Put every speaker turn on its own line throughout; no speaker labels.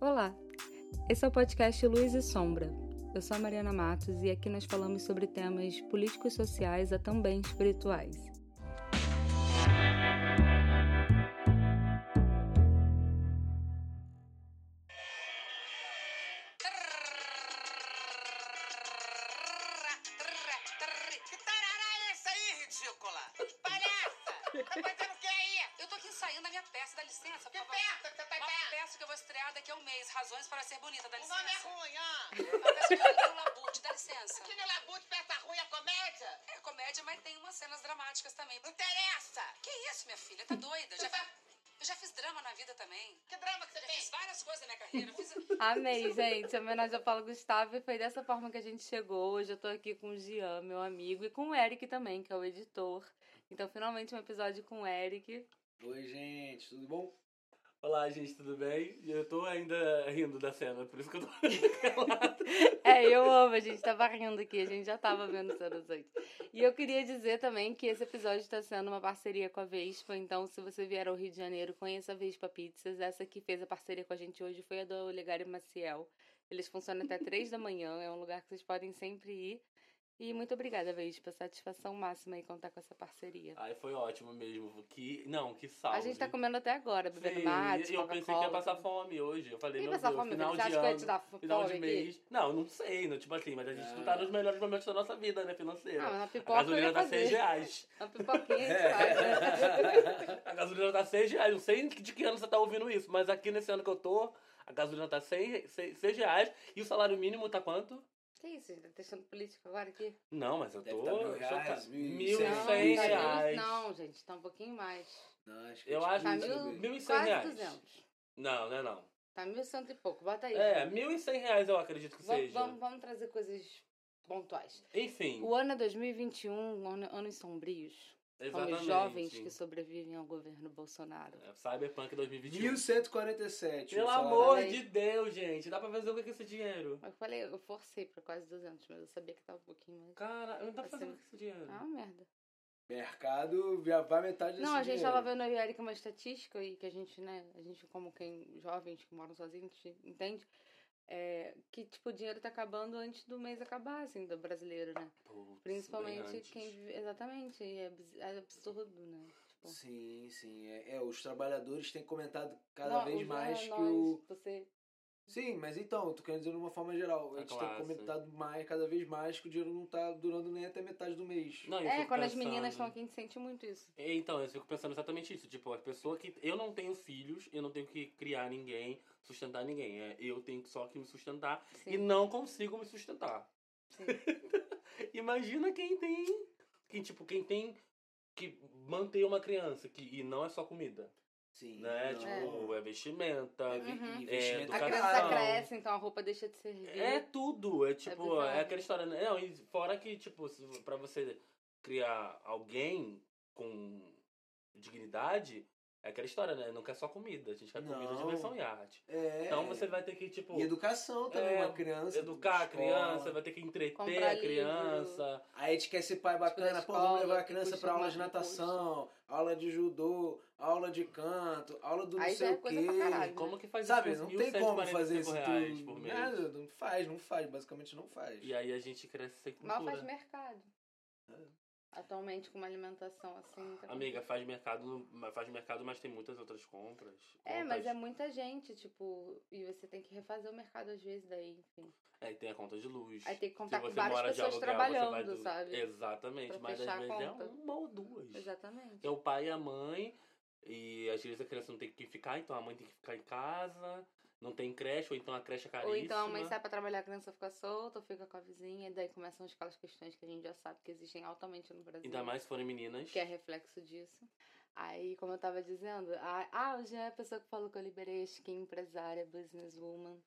Olá, esse é o podcast Luz e Sombra. Eu sou a Mariana Matos e aqui nós falamos sobre temas políticos, sociais e também espirituais.
Que tarara é essa aí, ridícula? Palhaça! Tá fazendo o que aí?
Eu tô aqui ensaiando a minha peça, dá licença, por
Que
favor.
peça que você tá
Uma
ensaiando?
peça que eu vou estrear daqui a um mês, Razões para Ser Bonita, dá
O
licença. Tá
nome é ruim, ó.
Uma peça que eu tenho labute, dá licença.
Que labute, peça ruim é comédia?
É comédia, mas tem umas cenas dramáticas também.
Não interessa!
Que isso, minha filha, tá doida? Já fi- eu já fiz drama na vida também.
Que drama que você
Já fiz
fez?
várias coisas na minha carreira. Fiz...
Amei, gente. A homenagem ao Paulo Gustavo e foi dessa forma que a gente chegou. Hoje eu tô aqui com o Jean, meu amigo, e com o Eric também, que é o editor. Então, finalmente um episódio com o Eric.
Oi, gente, tudo bom?
Olá, gente, tudo bem? E Eu tô ainda rindo da cena, por isso que eu tô calado.
É, eu amo, a gente tava rindo aqui, a gente já tava vendo cenas antes. E eu queria dizer também que esse episódio tá sendo uma parceria com a Vespa, então se você vier ao Rio de Janeiro, conheça a Vespa Pizzas. Essa que fez a parceria com a gente hoje foi a do Olegário Maciel. Eles funcionam até três da manhã, é um lugar que vocês podem sempre ir. E muito obrigada, Vespa, satisfação máxima em contar com essa parceria.
Ai, foi ótimo mesmo. Que. Não, que salve.
A gente tá comendo até agora, bebendo
Ah,
mate,
Sim, e Eu pensei que
Coca-Cola.
ia passar fome hoje. Eu falei,
Ih,
meu
passar
Deus,
fome,
final
você acha
de
que um eu ia
ano,
te dar fome
final de
aqui?
mês. Não, não sei, não, tipo assim, mas a gente não tá
Ah.
nos melhores momentos da nossa vida, né, financeira.
Ah, mas a
a
pipoca eu
gasolina
ia
tá 6
fazer.
reais.
Uma pipoquinha a
É.
gente faz, né?
A gasolina tá 6 reais. Não sei de que ano você tá ouvindo isso, mas aqui nesse ano que eu tô, a gasolina tá 100, 6, reais. E o salário mínimo tá quanto?
Que isso, gente? Tá testando político agora aqui?
Não, mas eu
Deve
tô.
tá mil reais,
chocado.
mil e
Mil
cem.
e
Não,
cem
tá mil-
reais.
Não, gente, tá um pouquinho mais.
Não, acho
Eu acho
Tá
Deixa eu
mil,
ver. Mil e cem
quase
reais.
200.
Não, não é não.
Tá mil cento e pouco, bota aí.
É, mil e cem reais eu acredito que
vamos,
seja.
vamos, vamos trazer coisas pontuais.
Enfim,
O ano é 2021, ano, anos sombrios.
exatamente.
Como jovens que sobrevivem ao governo Bolsonaro.
É, Cyberpunk 2021.
1147.
Pelo
o salário
amor
Olha aí.
de Deus, gente. Dá pra fazer o que com esse dinheiro?
Eu falei, eu forcei pra quase 200, mas eu sabia que tava um pouquinho mais.
Cara, não dá pra fazer
Assim.
o que com esse dinheiro.
Ah, merda.
né? Mercado já vai metade desse
Não, a gente
dinheiro.
É.
tava vendo aí, Erika, uma estatística e que a gente, né, a gente como quem, jovens que moram sozinhos, a gente entende é, que, tipo, o dinheiro tá acabando antes do mês acabar, assim, do brasileiro, né?
Putz, bem
Principalmente
antes.
quem vive. Exatamente, e é, abs- é absurdo, né? Tipo,
Sim, sim. É, é, os trabalhadores têm comentado cada
nó-
vez
os-
mais
é,
que
nós,
o.
Você...
Sim, mas então, tu quer dizer de uma forma geral.
A
Eles têm
É classe.
comentado mais, cada vez mais que o dinheiro não tá durando nem até metade do mês.
Não, eu né?
É,
fico
quando as
pensando-
meninas estão aqui, a gente sente muito isso.
É, Então, eu fico pensando exatamente isso. Tipo, a pessoa que. Eu não tenho filhos, eu não tenho que criar ninguém, sustentar ninguém. É, eu tenho só que me sustentar e
Sim.
não consigo me sustentar.
Sim.
Imagina quem tem. Quem, tipo, quem tem que manter uma criança. Que, e não é só comida.
Sim.
Né?
não.
Tipo, é vestimenta.
É,
Uhum.
vi-
É,
investimento
A
educação.
criança cresce, então a roupa deixa de servir.
É tudo. É tipo,
bizarro.
é, aquela história. né? Não, e fora que, tipo, se, pra você criar alguém com dignidade, é aquela história, né? Não quer só comida. A gente quer comida,
Não.
diversão e arte.
É.
Então você vai ter que, tipo.
E educação também,
É,
uma criança.
Educar a
escola.
criança, vai ter que entreter
Comprar
a
livro.
criança.
Aí a gente quer ser pai bacana,
Tipo, da
pô, vamos
escola,
levar a
que
criança
custa
pra aula
mais
de
que custa.
natação, aula de judô, aula de canto, aula do não
Aí já
sei
é
o
coisa pra caralho.
quê.
Como que faz
Sabe,
isso?
não
com
tem como fazer isso
1.145 reais
tudo.
por mês.
Nada, não faz, não faz, basicamente não faz.
E aí a gente cresce sem
Mal
cultura. É.
faz mercado. Atualmente, com uma alimentação assim. tá
Amiga, faz mercado, mas faz mercado, mas tem muitas outras compras.
É, mas é
contas.
muita gente, tipo, e você tem que refazer o mercado às vezes daí, enfim.
Aí É, tem a conta de luz.
Aí tem que
Se
contar com
você
várias
mora de
pessoas
aluguel, você vai
trabalhando,
do-
sabe?
Exatamente,
Pra
mas
fechar a
às vezes
conta.
é uma ou duas.
Exatamente.
É o pai e a mãe, e às vezes a criança não tem que ficar, então a mãe tem que ficar em casa, não tem creche, ou então a creche é caríssima.
Ou então a mãe sai pra trabalhar, a criança fica solta, ou fica com a vizinha, e daí começam aquelas questões que a gente já sabe que existem altamente no Brasil.
Ainda mais se forem meninas.
Que é reflexo disso. Aí, como eu tava dizendo, a, ah, o Jean é a pessoa que falou que eu liberei a skin empresária, businesswoman.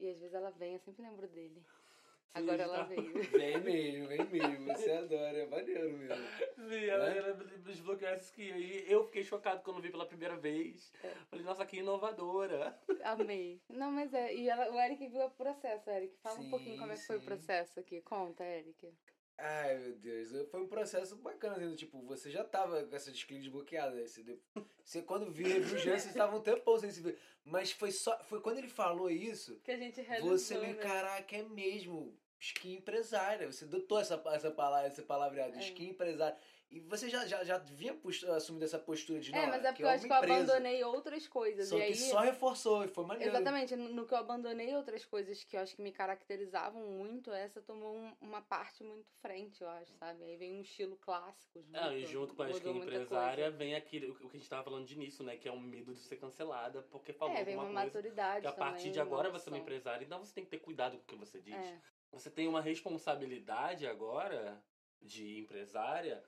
E às vezes ela vem, eu sempre lembro dele.
Sim,
Agora ela
tá.
veio.
Vem mesmo, vem mesmo, você adora, é maneiro mesmo.
Sim, ela,
Né?
ela desbloqueou essa skin. E eu fiquei chocado quando vi pela primeira vez.
É.
Falei, nossa, que inovadora.
Amei. Não, mas é. E ela, o Eric viu o processo, Eric. Fala um
Sim,
pouquinho como é que foi o
sim.
processo aqui. Conta, Eric.
Ai, meu Deus. eu- Foi um processo bacana, assim, do tipo, você já tava com essa desclínio desbloqueada. né? Você, de- você quando viu, viu o Jean, vocês estavam um tempão sem se ver. Mas foi só. Foi quando ele falou isso,
Que a gente realizou,
você meio,
né?
caraca, é mesmo. Skin empresária. Você adotou essa, essa palavra, esse palavreado,
É.
skin empresária. E você já, já, já vinha postu- assumindo essa postura de não,
É, mas é
que
porque
é
eu
uma
acho que eu
empresa.
abandonei outras coisas.
Só
e
que
aí,
só reforçou e foi maneiro.
Exatamente, no no que eu abandonei outras coisas que eu acho que me caracterizavam muito, essa tomou um- uma parte muito frente, eu acho, sabe? Aí vem um estilo clássico. Junto,
Não, e junto com a
mudou
skin
muita
empresária vem aquilo, o que a gente tava falando de início, né? Que é um medo de ser cancelada porque
coisa.
falou
É, vem uma,
alguma coisa.
maturidade.
Que a partir
também,
de agora
uma
você é uma
noção.
empresária, então você tem que ter cuidado com o que você diz.
É.
Você tem uma responsabilidade agora de empresária,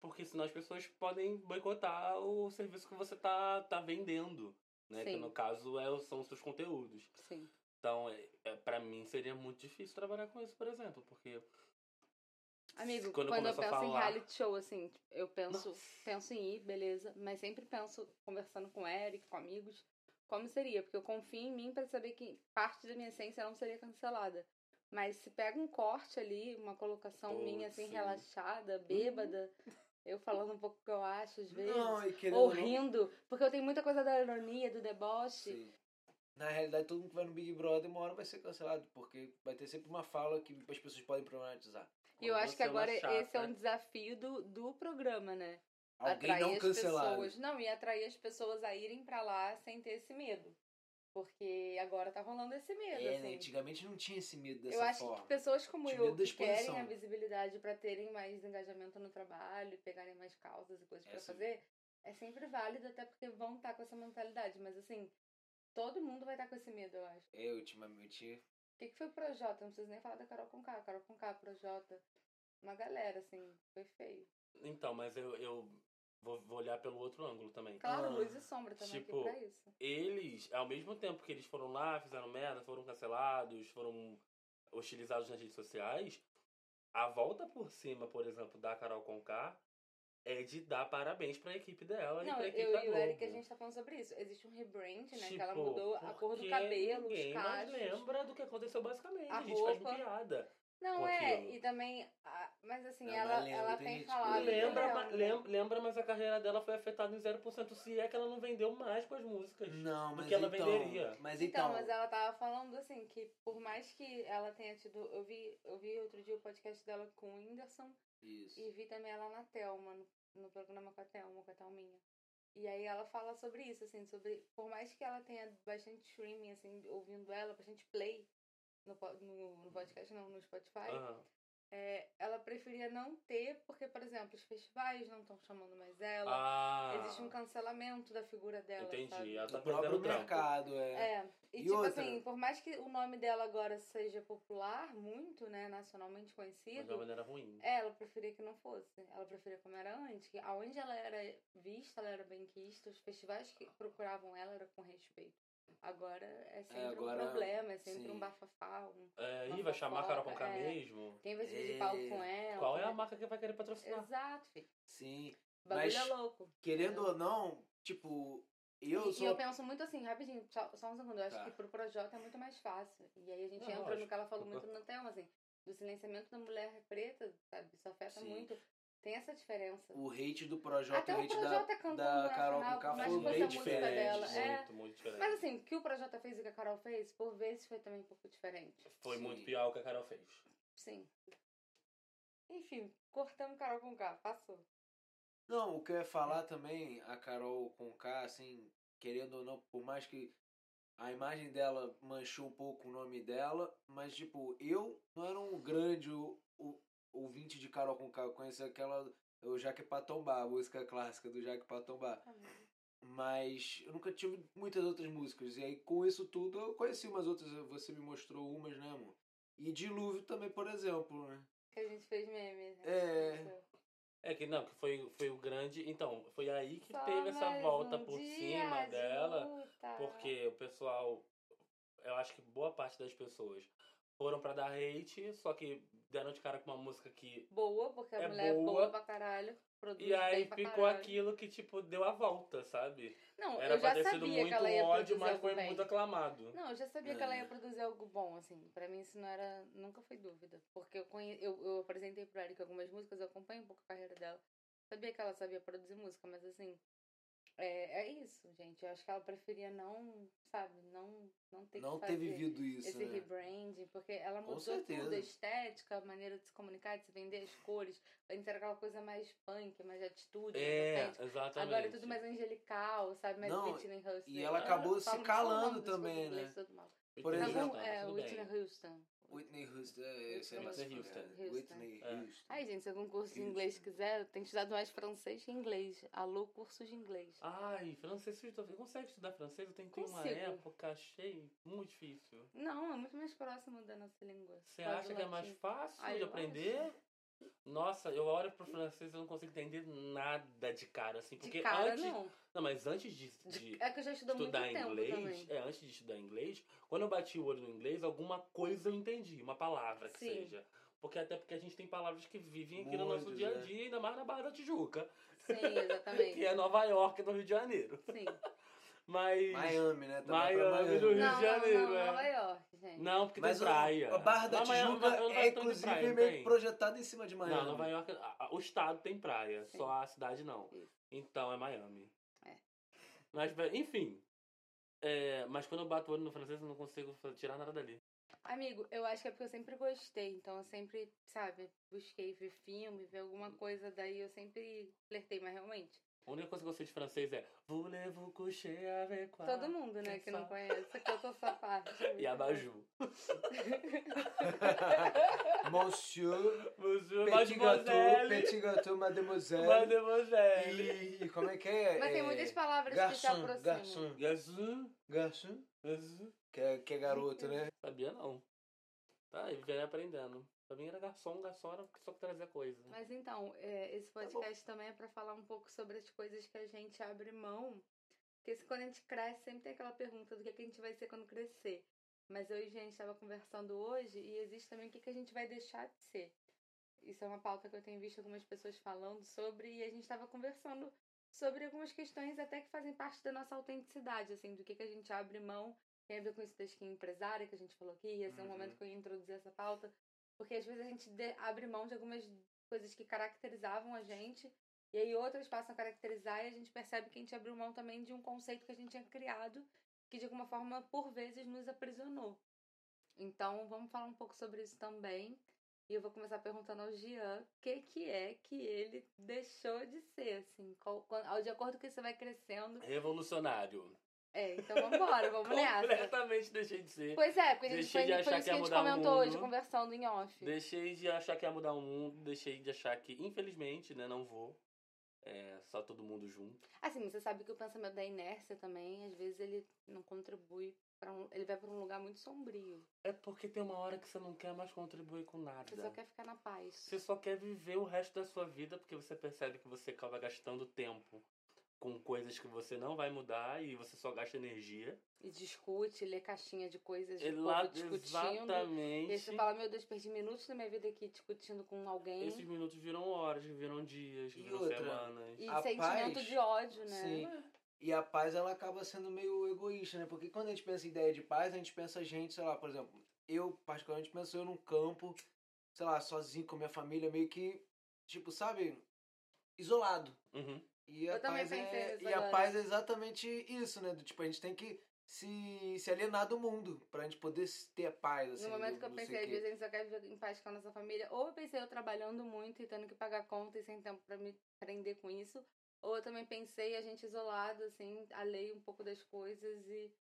porque senão as pessoas podem boicotar o serviço que você tá, tá vendendo. Né? Que
Sim.
no caso é, o- são os seus conteúdos.
Sim.
Então, é, é, para mim seria muito difícil trabalhar com isso, por exemplo, porque.
Amigo,
Quando
quando,
eu
eu
começo a
penso em
falar-
reality show, assim, eu penso, penso em ir, beleza, mas sempre penso conversando com o Eric, com amigos, como seria, porque eu confio em mim pra saber que parte da minha essência não seria cancelada. Mas se pega um corte ali, uma colocação
Putz,
minha assim,
sim. Uhum.
relaxada, bêbada, eu falando um pouco o que eu acho às vezes,
Não, e querendo
ou
ou não,
rindo, porque eu tenho muita coisa da ironia, do deboche.
Sim. Na realidade, todo mundo que vai no Big Brother uma hora vai ser cancelado, porque vai ter sempre uma fala que as pessoas podem problematizar.
E eu
quando
acho que
você é uma
agora
chata,
esse é um desafio do, do programa, né?
Alguém
atrair
não
as
cancelado.
pessoas. Não, e atrair as pessoas a irem pra lá sem ter esse medo. Porque agora tá rolando esse medo,
É, né?
assim.
Antigamente não tinha esse medo dessa
Eu acho
forma.
que pessoas como
Tinha
eu
medo da
que querem
exposição.
a visibilidade pra terem mais engajamento no trabalho, e pegarem mais causas e coisas
É,
pra
sim.
fazer, é sempre válido, até porque vão estar com essa mentalidade. Mas assim, todo mundo vai estar com esse medo, eu acho.
Eu, É, ultimamente.
O que, que foi o Projota? Não preciso nem falar da Carol Conká. Carol Conká, Projota. Uma galera, assim, foi feio.
Então, mas eu, eu vou, vou olhar pelo outro ângulo também.
Claro,
Ah,
luz e sombra também
tipo,
aqui pra isso.
Eles, ao mesmo tempo que eles foram lá, fizeram merda, foram cancelados, foram hostilizados nas redes sociais, a volta por cima, por exemplo, da Carol Conká é de dar parabéns pra equipe dela e
Não,
pra equipe
eu
da
e o
Globo.
Eric, a gente tá falando sobre isso. Existe um rebrand, né? que ela
Tipo,
mudou a cor do
porque
cabelo, os
ninguém mais
cachos.
lembra do que aconteceu basicamente.
a
A, gente faz
roupa.
piada.
Não,
com
é,
aquilo.
e também. a- mas assim,
Não,
ela,
mas lembra,
ela
tem
tem
gente que
falado.
lembra.
Lembra,
dela,
mas-
né?
lem- lembra, mas a carreira dela foi afetada em 0%, se é que ela não vendeu mais com as músicas.
Não, mas
Porque ela
então.
venderia.
Mas
Então,
então.
mas ela tava falando assim, que por mais que ela tenha tido. Eu vi, eu vi outro dia o podcast dela com o Whindersson
Isso.
e vi também ela na Thelma, no, no programa com a Thelma, com a Thelminha. E aí ela fala sobre isso, assim, sobre. Por mais que ela tenha bastante streaming, assim, ouvindo ela, bastante play no, po- no,
Uhum.
no podcast, não, no Spotify.
Aham.
É, ela preferia não ter, porque, por exemplo, os festivais não estão chamando mais ela.
Ah,
Existe um cancelamento da figura dela.
entendi.
sabe?
Ela tá
O próprio
perdendo trampo.
mercado, é.
É. E,
E
tipo
outra?
assim, por mais que o nome dela agora seja popular, muito, né, nacionalmente
Mas de uma
conhecido,
maneira ruim.
ela preferia que não fosse. Ela preferia como era antes, que aonde ela era vista, ela era bem quista, os festivais que procuravam ela era com respeito. Agora é sempre
agora,
um problema, é sempre
sim.
um bafafá, um...
É,
Uma
ih, vai chamar a Carol
fofoca,
Conká
é.
mesmo?
quem vai dividir
É.
palco com ela.
Qual é
como
a marca que vai querer patrocinar?
Exato, filho.
Sim.
O Bagulho
Mas-
é louco.
Querendo ou não, tipo, eu
e,
sou.
e eu penso muito assim, rapidinho, só, só um segundo. Eu acho
Tá.
que pro Projota é muito mais fácil. E aí a gente
É,
entra
lógico.
no que ela falou muito no tema, assim, do silenciamento da mulher preta, sabe? Isso afeta
Sim.
muito. Tem essa diferença.
O hate do Projota
Até
e o
o né,
hate
Projota
da,
cantando
da
na
Carol
final,
Conká
mas
foi
com é essa
bem
música
diferente. assim,
dela,
muito.
é.
Muito, muito diferente.
Mas assim, o que o Projota fez e o que a Carol fez, por vezes foi também um pouco diferente.
Foi
Sim.
muito pior o que a Carol fez.
Sim. Enfim, cortamos Carol com K, passou.
Não, o que eu ia falar
É.
também, a Carol com K, assim, querendo ou não, por mais que a imagem dela manchou um pouco o nome dela, mas, tipo, eu não era um grande o, o- ouvinte de Carol com K. Eu conheci aquela. é O Jaque Patombá, a música clássica do Jaque Patombá. Mas eu nunca tive muitas outras músicas. E aí, com isso tudo, eu conheci umas outras. Você me mostrou umas, né, amor? E Dilúvio também, por exemplo, né?
Que a gente fez meme. né?
É.
É que não, que foi, foi o grande. Então, foi aí que
Só
teve essa
mais
volta
um
por
dia
cima
de
dela.
luta.
Porque o pessoal, eu acho que boa parte das pessoas foram pra dar hate, só que deram de cara com uma música que.
Boa, porque a
É
mulher é boa
boa.
pra caralho. Produz
E aí
bem pra
ficou
caralho.
aquilo que, tipo, deu a volta, sabe?
Não,
Era
eu já
pra ter sido
sabia que
muito
ela ia
ódio,
produzir
mas
algo
foi
bem.
muito aclamado.
Não, eu já sabia que ela ia
É.
produzir algo bom, assim. Pra mim isso não era. Nunca foi dúvida. Porque eu, conhe... eu, eu apresentei pro Eric algumas músicas, eu acompanho um pouco a carreira dela. Sabia que ela sabia produzir música, mas assim. É, é isso, gente. Eu acho que ela preferia não, sabe, não, não ter
Não
que
ter
fazer
vivido isso,
esse
né?
rebranding, porque ela
Com
mudou tudo,
certeza.
a estética, a maneira de se comunicar, de se vender as cores. Antes era aquela coisa mais punk, mais de atitude, mais
É,
autêntica.
exatamente.
Agora é tudo mais angelical, sabe? Mais
Não,
Whitney Houston.
e ela
Eu
acabou
falo
se
muito
calando
mal, desculpa,
também,
inglês,
né?
tudo mal.
Por
Whitney
Não,
exemplo.
Houston,
não, é,
tudo
Whitney
bem.
Houston.
Whitney Houston. é, esse é
Whitney
mais
Houston.
complicado.
Houston.
Whitney
É.
Houston.
Ai, gente, se algum curso de
Houston.
inglês quiser, eu tenho estudado mais francês e inglês. Alô, curso de inglês.
Ah. Ai, francês, você estuda- consegue estudar francês? Eu tentei uma
Consigo.
época, achei muito difícil.
Não, é muito mais próximo da nossa língua.
Você
Quase
acha que é
latim.
mais fácil
Ah,
de
eu
aprender? Nossa, eu olho pro francês e eu não consigo entender nada de cara, assim. Porque
De cara,
antes.
não.
Não, mas antes de, de
É que eu já estudo há muito
estudar
tempo
inglês,
também.
é, antes de estudar inglês, quando eu bati o olho no inglês, alguma coisa eu entendi, uma palavra que
Sim.
seja. Porque até porque a gente tem palavras que vivem aqui no
Muito,
nosso dia a
né?
dia, ainda mais na Barra da Tijuca,
Sim,
que
exatamente.
é Nova York do Rio de Janeiro.
Sim.
Mas.
Miami, né? Tá lá pra
Miami do Rio
Não,
de
não,
Janeiro,
não,
é.
Nova York, gente.
Não, porque
Mas
tem
o-
praia.
a Barra da
Mas Miami-
Tijuca
Nova- Nova
é,
York não tem
inclusive,
praia, não
meio
tem?
que projetada em cima de Miami.
Não, Nova York, a- a- o estado tem praia,
Sim.
só a cidade não.
Isso.
Então é Miami.
É.
Mas, bem, enfim. É, mas quando eu bato o olho no francês, eu não consigo fa- tirar nada dali.
Amigo, eu acho que é porque eu sempre gostei, então eu sempre, sabe, busquei ver filme, ver alguma
Hum.
coisa, daí eu sempre flertei, mas realmente.
A única coisa que eu sei de francês é Voulez-vous coucher avec moi?
Todo mundo,
é
né, que não conhece, que eu tô safada.
E a Baju.
Monsieur,
Monsieur,
Petit Gâteau,
Mademoiselle.
Petit Gâteau, Mademoiselle.
Mademoiselle.
E, e como é que é?
Mas
É,
tem muitas palavras que se
Garçom,
aproximam.
garçom,
Gazou,
garçom.
gazou.
Que é, que é garoto, né?
Sabia não. Tá, e vem aprendendo. Pra mim era garçom, garçom era só que trazia coisa.
Mas então, é, esse
Tá
bom.
podcast também é pra falar um pouco sobre as coisas que a gente abre mão. Porque se quando a gente cresce, sempre tem aquela pergunta do que, que a gente vai ser quando crescer. Mas eu e a gente estava conversando hoje e existe também o que, que a gente vai deixar de ser. Isso é uma pauta que eu tenho visto algumas pessoas falando sobre e a gente estava conversando sobre algumas questões até que fazem parte da nossa autenticidade, assim, do que, que a gente abre mão. Tem a ver com isso da skin empresária que a gente falou aqui, ia ser um
Uhum.
momento que eu ia introduzir essa pauta. Porque às vezes a gente de- abre mão de algumas coisas que caracterizavam a gente, e aí outras passam a caracterizar, e a gente percebe que a gente abriu mão também de um conceito que a gente tinha criado, que de alguma forma, por vezes, nos aprisionou. Então, vamos falar um pouco sobre isso também. E eu vou começar perguntando ao Jean o que, que é que ele deixou de ser, assim, qual, quando- ao- de acordo com que você vai crescendo.
Revolucionário.
É, então vamos embora, vamos nessa.
Completamente deixei de ser.
Pois é, porque a gente
Deixei
foi,
de
foi isso
achar que
que a
ia
gente
mudar o
comentou hoje,
mundo.
conversando em off.
Deixei de achar que ia mudar o mundo, deixei de achar que, infelizmente, né, não vou. É, só todo mundo junto.
Assim, você sabe que o pensamento da inércia também, às vezes ele não contribui para um, ele vai para um lugar muito sombrio.
É porque tem uma hora que você não quer mais contribuir com nada.
Você só quer ficar na paz.
Você só quer viver o resto da sua vida porque você percebe que você acaba gastando tempo com coisas que você não vai mudar e você só gasta energia.
E discute, lê caixinha de coisas de
É
povo
lá-
discutindo. E aí
exatamente.
você fala, meu Deus, perdi minutos da minha vida aqui discutindo com alguém.
Esses minutos viram horas, viram dias,
E
viram
outra?
semanas.
E
A
sentimento
paz-
de ódio, né?
Sim. E a paz, ela acaba sendo meio egoísta, né? Porque quando a gente pensa em ideia de paz, a gente pensa a gente, sei lá, por exemplo, eu particularmente penso eu num campo, sei lá, sozinho com minha família, meio que, tipo, sabe? Isolado.
Uhum.
E
Eu
a
também
paz é,
pensei nisso
E a
agora.
paz é exatamente isso, né? Do, tipo, a gente tem que se, se alienar do mundo pra gente poder se- ter paz, assim.
No momento
do-
que eu
não sei
pensei,
o
às
quê.
vezes a gente só quer viver em paz com a nossa família, ou eu pensei eu trabalhando muito e tendo que pagar conta e sem tempo pra me prender com isso, ou eu também pensei a gente isolado, assim, alheio um pouco das coisas e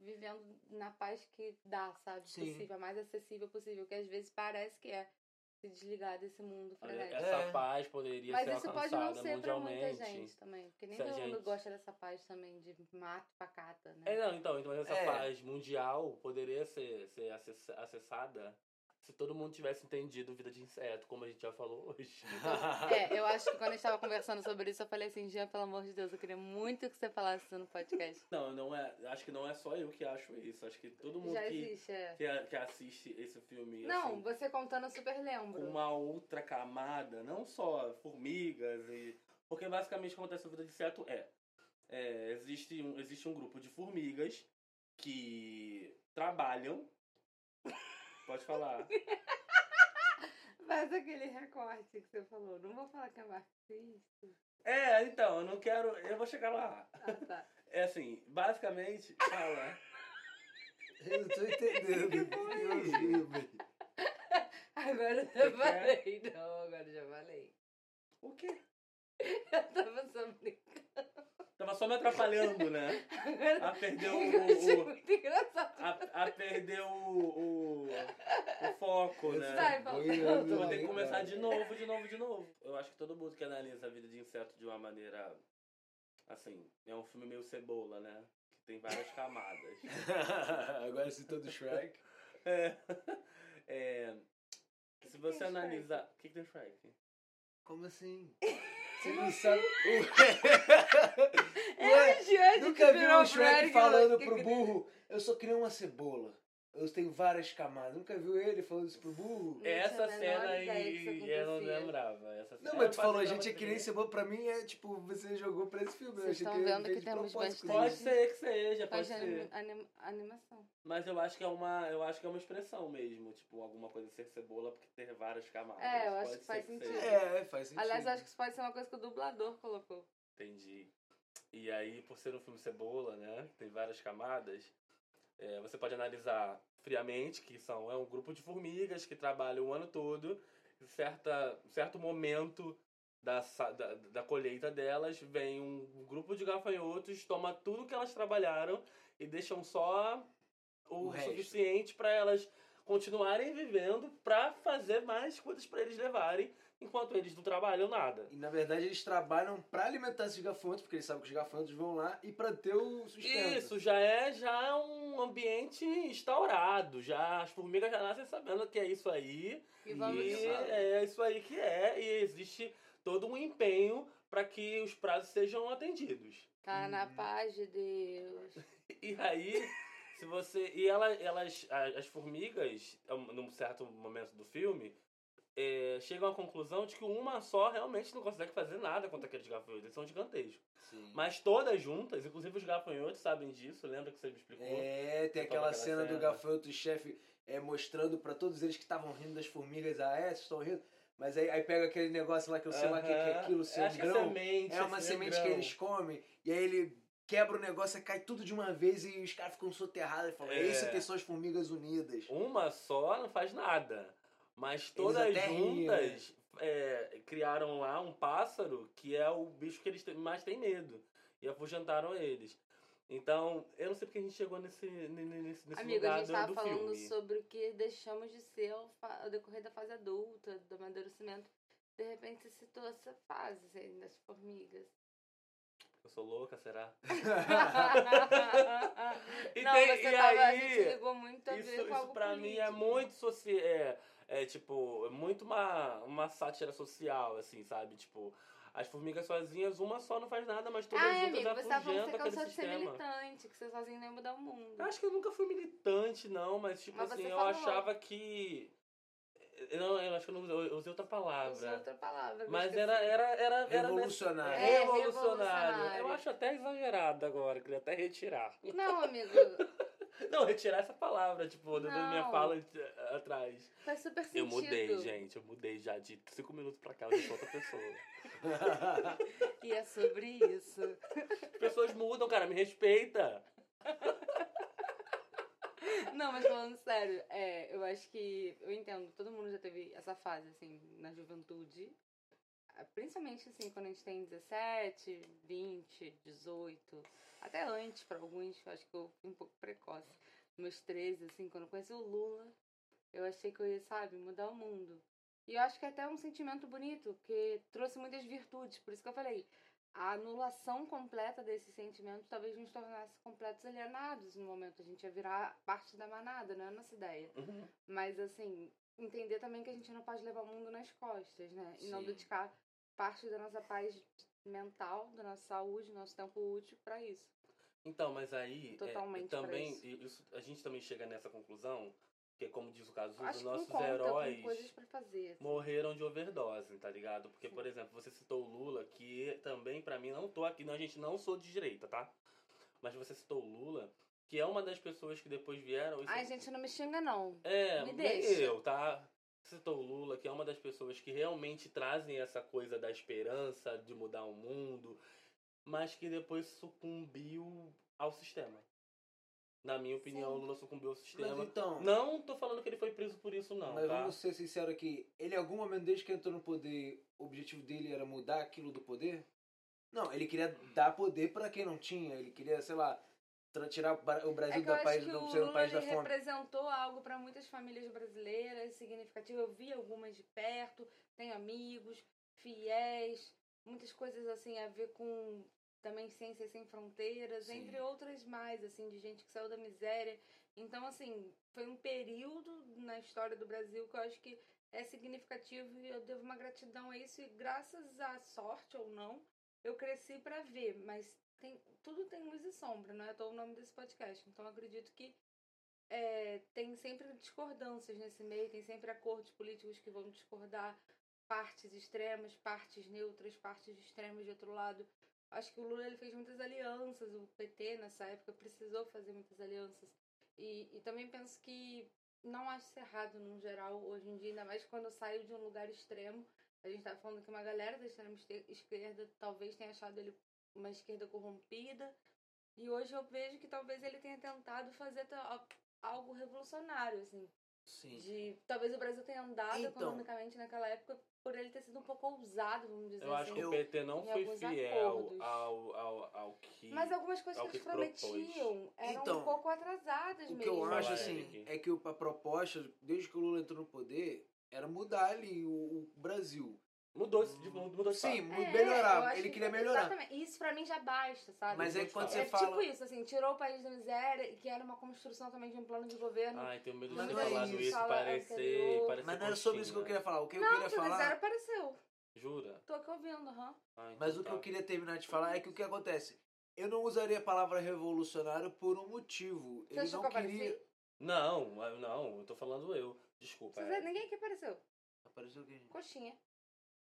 vivendo na paz que dá, sabe?
Sim.
Possível, a mais acessível possível, que às vezes parece que é se desligar desse mundo frenético.
Essa
É.
paz poderia
Mas
ser
isso pode
alcançada
não ser pra
mundialmente.
muita gente também, porque nem
Se a
todo mundo
gente-
gosta dessa paz também de mato, pacata, né?
É, não, então, então essa
É.
paz mundial poderia ser, ser acess- acessada se todo mundo tivesse entendido vida de inseto, como a gente já falou hoje.
É, eu acho que quando a gente tava conversando sobre isso, eu falei assim, Jean, pelo amor de Deus, eu queria muito que você falasse isso no podcast.
Não, não é. Acho que não é só eu que acho isso. Acho que todo mundo
Já
que, assim?
existe, é.
que, a- que assiste esse filme
Não,
assim,
você contando eu super
com
lembro.
uma outra camada, não só formigas e. Porque basicamente o que acontece na vida de inseto é. é, existe, um, existe um grupo de formigas que trabalham. Pode falar.
Faz aquele recorte que você falou. Não vou falar que é marxista.
É, então, eu não quero. Eu vou chegar lá.
Ah, tá.
É assim, basicamente, fala.
Eu não tô entendendo. Deus livre.
Agora eu já falei. Não, agora eu já falei.
O quê?
Eu tava só brincando.
Tava só me atrapalhando, né?
Agora
A perder o.
eu achei
o- o-
muito engraçado.
a, a perder o, o, o foco, né?
Sai,
Eu
Eu vou
vou
ter que
lembrar.
começar de novo, de novo, de novo. Eu acho que todo mundo que analisa a vida de inseto de uma maneira. Assim, é um filme meio cebola, né? Que tem várias camadas.
Agora citou do Shrek.
É. É, se
tem
você
Shrek?
analisar. O que, que tem Shrek?
Como assim? Você não sabe. Ué,
É o Jean que
Nunca vi
virou
um Shrek
Greg,
falando
que-
pro burro, eu só queria uma cebola. Eu tenho várias camadas. Nunca viu ele falando isso pro burro?
Não
Essa
tinha a menor
cena
ideia que isso
aí eu não
acontecia.
lembrava. Essa cena
Não, mas tu
eu
falou, a
lembrava
gente é
de
que nem
mim.
cebola. Pra mim é tipo, você jogou pra esse filme. Eu
Vocês
achei
estão
ele
vendo
fez
que
de
temos
propósito.
Pode
bastante-
ser que seja, pode
Faz
ser.
anim- anim- animação.
Mas eu acho que é uma, eu acho que é uma expressão mesmo, tipo, alguma coisa ser cebola porque ter várias camadas.
É, eu
Pode
acho que
ser
faz sentido.
seja.
É, faz sentido.
Aliás, eu acho que isso pode ser uma coisa que o dublador colocou.
Entendi. E aí, por ser um filme cebola, né, tem várias camadas, é, você pode analisar friamente que são é um grupo de formigas que trabalham o ano todo, em certa certo momento da, sa- da, da colheita delas, vem um grupo de gafanhotos, toma tudo que elas trabalharam e deixam só o,
O resto.
suficiente para elas continuarem vivendo para fazer mais coisas para eles levarem, enquanto eles não trabalham nada.
E na verdade eles trabalham pra alimentar esses gafanhotos, porque eles sabem que os gafanhotos vão lá e pra ter o sustento.
Isso, já é já um ambiente instaurado, já as formigas já nascem sabendo que é isso aí,
E
Ih,
vamos.
e
sabe.
é isso aí que é, e existe todo um empenho para que os prazos sejam atendidos.
Tá na
Uhum.
paz de Deus.
E aí, se você. E ela, elas. a- As formigas, um, num certo momento do filme, é, chegam à conclusão de que uma só realmente não consegue fazer nada contra aqueles gafanhotos. Eles são gigantescos.
Sim.
Mas todas juntas, inclusive os gafanhotos sabem disso, lembra que você me explicou?
É, tem
Eu
aquela
tava naquela
cena, do
cena.
gafanhoto e chefe é, mostrando pra todos eles que estavam rindo das formigas, ah, é, vocês estão rindo. Mas aí, aí pega aquele negócio lá que eu sei lá o que, que é
Aham.
aquilo, o
Acho que é
sangrão.
semente.
É uma
esse
semente que
sangrão.
eles comem, e aí ele quebra o negócio, aí cai tudo de uma vez e os caras ficam soterrados e falam, é
É.
isso que são as formigas unidas.
Uma só não faz nada. Mas todas
até riem, né?
juntas é, criaram lá um pássaro que é o bicho que eles têm- mais têm medo. E afugentaram eles. Então, eu não sei porque a gente chegou nesse, ne- ne- nesse, nesse
Amigo,
lugar
a gente
do,
tava
do
falando
filme.
sobre o que deixamos de ser ao, fa- ao decorrer da fase adulta, do amadurecimento. De repente você citou essa fase assim, das formigas.
Eu sou louca, será? E
Não,
tem-
você
e
tava, a
aí,
gente ligou muito a ver
Isso,
com
isso
Tá algo
pra mim é
político.
muito soci... é, é tipo, é muito uma, uma sátira social, assim, sabe? Tipo, as formigas sozinhas, uma só não faz nada, mas todas
Ah, é,
juntas
amigo, você tava falando que
afugentam
você cansou
aquele
de ser
sistema.
militante, que você sozinho não ia mudar o mundo.
Eu acho que eu nunca fui militante, não, mas tipo
Mas
assim,
você
eu
falou.
achava que. eu Não, eu acho que eu, não, eu usei outra
Usou
palavra.
outra palavra.
Ah, Mas
esqueci.
era. era, era, era
Revolucionário.
É,
É,
revolucionário.
revolucionário.
Eu acho até exagerado agora, queria até retirar.
Não, amigo,
Não, retirar essa palavra, tipo, da da minha
Não.
fala eh, atrás.
faz super sentido.
Eu mudei, gente. Eu mudei já de cinco minutos pra cá, eu já sou outra pessoa.
E é sobre isso.
As pessoas mudam, cara, me respeita.
Não, mas falando sério, é, eu acho que eu entendo, todo mundo já teve essa fase, assim, na juventude. Ah, Principalmente assim, quando a gente tem 17, 20, 18, até antes pra alguns, eu acho que eu fui um pouco precoce. Meus 13, assim, quando eu conheci o Lula, eu achei que eu ia, sabe, mudar o mundo. E eu acho que é até um sentimento bonito, que trouxe muitas virtudes, por isso que eu falei. A anulação completa desses sentimentos talvez nos tornasse completos
Uhum.
alienados no momento. A gente ia virar parte da manada, não é a nossa ideia. né, Mas assim, entender também que a gente não pode levar o mundo nas costas, né? E não
Sim.
dedicar parte da nossa paz mental, da nossa saúde, do nosso tempo útil pra isso.
Então, mas aí é,
Totalmente pra
também
isso.
e isso- a gente também chega nessa conclusão, que é como diz o caso,
Acho
os
que não
nossos
conta
heróis
com coisas pra fazer. assim.
morreram de overdose, tá ligado? Porque,
Sim.
por exemplo, você citou o Lula, que também pra mim não tô aqui, não, a gente não sou de direita, tá? Mas você citou o Lula, que é uma das pessoas que depois vieram é e
Ai, gente, não me xinga, não.
é,
Me
nem
deixa.
eu, tá? Citou o Lula, que é uma das pessoas que realmente trazem essa coisa da esperança de mudar o mundo, mas que depois sucumbiu ao sistema. Na minha opinião, o Lula sucumbiu ao
Mas
sistema.
então,
Não tô falando que ele foi preso por isso, não,
mas
tá?
vamos ser sinceros aqui. Ele, em algum momento, desde que entrou no poder, o objetivo dele era mudar aquilo do poder? Não, ele queria dar poder pra quem não tinha. Ele queria, sei lá, tra- tirar o Bra- o
É
Brasil
que eu
do
acho
país,
que
do
o
ser um
Lula
país da
ele
fome.
representou algo pra muitas famílias brasileiras significativo. Eu vi algumas de perto, tenho amigos, fiéis, muitas coisas assim a ver com também Ciências Sem Fronteiras,
Sim.
entre outras mais, assim, de gente que saiu da miséria. Então, assim, foi um período na história do Brasil que eu acho que é significativo e eu devo uma gratidão a isso. E graças à sorte ou não, eu cresci pra ver, mas tem, tudo tem luz e sombra, não é à toa o nome desse podcast. Então eu acredito que é, tem sempre discordâncias nesse meio, tem sempre acordos políticos que vão discordar, partes extremas, partes neutras, partes extremas de outro lado. Acho que o Lula ele fez muitas alianças, o PT nessa época precisou fazer muitas alianças. E, e também penso que não acho isso errado no geral hoje em dia, ainda mais quando eu saio de um lugar extremo. A gente tá falando que uma galera da extrema este- esquerda talvez tenha achado ele uma esquerda corrompida. E hoje eu vejo que talvez ele tenha tentado fazer ta- algo revolucionário, assim.
Sim.
De, talvez o Brasil tenha andado
Então.
economicamente naquela época por ele ter sido um pouco ousado, vamos dizer
Eu
assim.
acho que
Eu-
o PT não
em
foi
alguns
fiel
acordos.
ao, ao, ao que.
Mas é um algumas coisas
ao
que eles
que propôs.
prometiam eram
Então,
um pouco atrasadas
O
mesmo.
que eu acho,
Fala,
assim,
Eric.
é que o- a proposta, desde que o Lula entrou no poder, era mudar ali o, o Brasil.
Mudou, de, mudou de
Sim,
fato.
É, eu
melhorar.
acho
Ele
que-
queria melhorar.
Exatamente. Isso pra mim já basta, sabe?
Mas é que quando
É
você
é
fala.
tipo isso, assim, tirou o país da miséria, que era uma construção também de um plano de governo.
Ai, tenho medo de
Mas
ter
não é
falado
isso.
isso,
Fala
parecer,
anterior.
parecer.
Mas não era sobre isso que eu
coxinha.
queria fafalar. O que eu
não,
queria
tio da Zero
falar.
apareceu.
Jura?
Tô aqui ouvindo, aham.
Ah, então
Mas o que
tá.
eu queria terminar de falar é que o que acontece? Eu não usaria a palavra revolucionário por um motivo.
Você
Ele
achou
não
que eu
queria.
apareci?
Não, eu- não, eu tô falando eu. Desculpa.
Vocês-
é.
Ninguém aqui apareceu.
Apareceu o quê, gente?
Coxinha.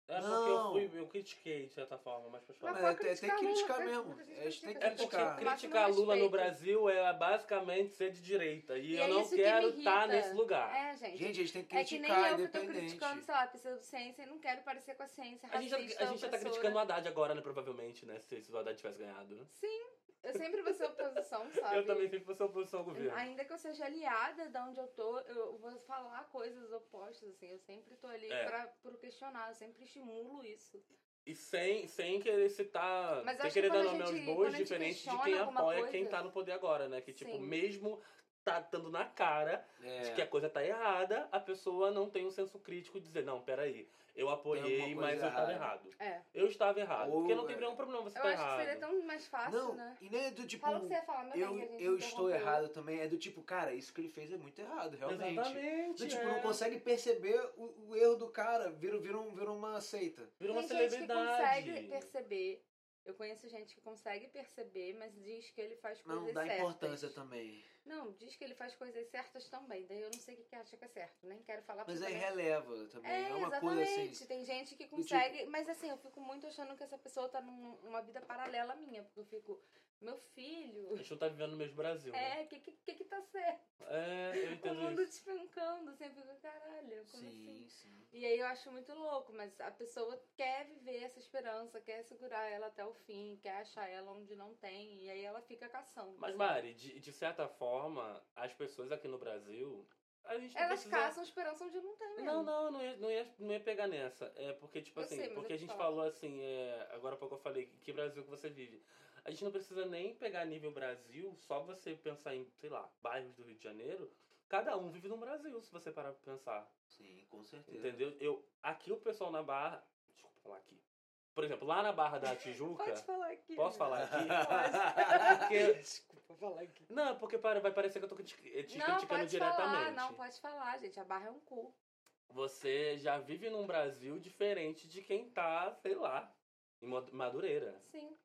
É
Não.
porque eu fui, eu critiquei de certa forma, mas pra
Mas
falar.
é
pode
até- até
criticar
criticar
Lula,
mesmo.
muita gente
É, a gente tem que
critica,
É
assim.
porque
criticar.
criticar Lula no
respeito.
Brasil é basicamente ser de direita. E,
E
eu
é
não
isso que
quero
me
estar
irrita.
nesse
Ah,
lugar.
É, gente.
Gente, a gente tem que
é que nem eu que
criticar,
tô
independente.
criticando, sei lá, pseudociência e não quero parecer com a ciência
a, gente
racista,
já, a gente já tá
opressora.
criticando o Haddad agora, né? Provavelmente, né? Se, se o Haddad tivesse ganhado. né?
Sim, eu sempre vou ser oposição, sabe?
Eu também sempre fosse oposição ao governo.
Ainda que eu seja aliada da onde eu tô, eu vou falar coisas opostas, assim. Eu sempre tô ali
É.
pra, pro questionar, eu sempre estimulo isso.
E sem, sem querer citar.
Mas eu
sem
acho que
querer dar
quando a
nome aos
gente- quando a
bois,
gente
diferente de
questiona
quem
alguma
apoia
coisa-
quem tá no poder agora, né? Que, tipo,
Sim.
mesmo tá dando na cara de que
É.
a coisa tá errada, a pessoa não tem um senso crítico de dizer, não, peraí, eu apoiei,
alguma
mas
coisa
eu estava
errada."
errado.
É.
Eu estava errado.
Ou,
porque não
é,
tem nenhum problema você
Eu
tá
acho que
errado.
seria tão mais fácil,
Não,
né?
e nem é do tipo.
Fala o que você ia falar, meu
Eu,
bem, que a gente
eu estou
interrompeu.
errado também. É do tipo, cara, isso que ele fez é muito errado, realmente.
Exatamente.
Do, tipo,
é.
não consegue perceber o, o erro do cara. Vira, vira, um, vira uma seita.
Vira uma
Tem
celebridade.
gente que consegue perceber. Eu conheço gente que consegue perceber, mas diz que ele faz
Mas
coisas
não dá
certas.
importância tá também.
Não, diz que ele faz coisas certas também. Daí eu não sei o que, que acha que é certo. Nem quero falar
Mas
porque
aí
também-
releva também. É,
É,
uma coisa assim.
exatamente. Tem gente que consegue. Mas assim, eu fico muito achando que essa pessoa tá num- numa vida paralela à minha. Porque eu fico, meu
A
filho,
gente não tá vivendo no mesmo Brasil. né?
é, o que, que, que que tá certo?
É, eu
O
entendo
mundo
isso.
despencando. Assim, eu fico, caralho, como assim?
Sim, sim.
E aí eu acho muito louco, mas a pessoa quer viver essa esperança, quer segurar ela até o fim, quer achar ela onde não tem, e aí ela fica caçando.
Mas, Mari, de, de certa forma, as pessoas aqui no Brasil. A gente não
Elas
precisa...
caçam esperança onde não tem mesmo.
Não, não, não ia, não, ia, não ia pegar nessa. É porque, tipo
Eu
assim,
sei, mas
porque
eu
a
te
gente
falo.
falou assim, é, agora há pouco eu falei, que Brasil que você vive. A gente não precisa nem pegar nível Brasil, só você pensar em, sei lá, bairros do Rio de Janeiro. Cada um vive no Brasil, se você parar pra pensar.
Sim, com
É.
certeza.
Entendeu? Eu, aqui o pessoal na Barra. Desculpa falar aqui. Por exemplo, lá na Barra da Tijuca.
Pode falar aqui.
Posso falar
Pode.
porque,
Desculpa falar aqui.
não, porque para, vai parecer que eu tô eh, te, te
Não,
criticando
pode
diretamente.
falar, não, pode falar, gente. A barra é um cu.
Você já vive num Brasil diferente de quem tá, sei lá, em Mo- Madureira.
Sim.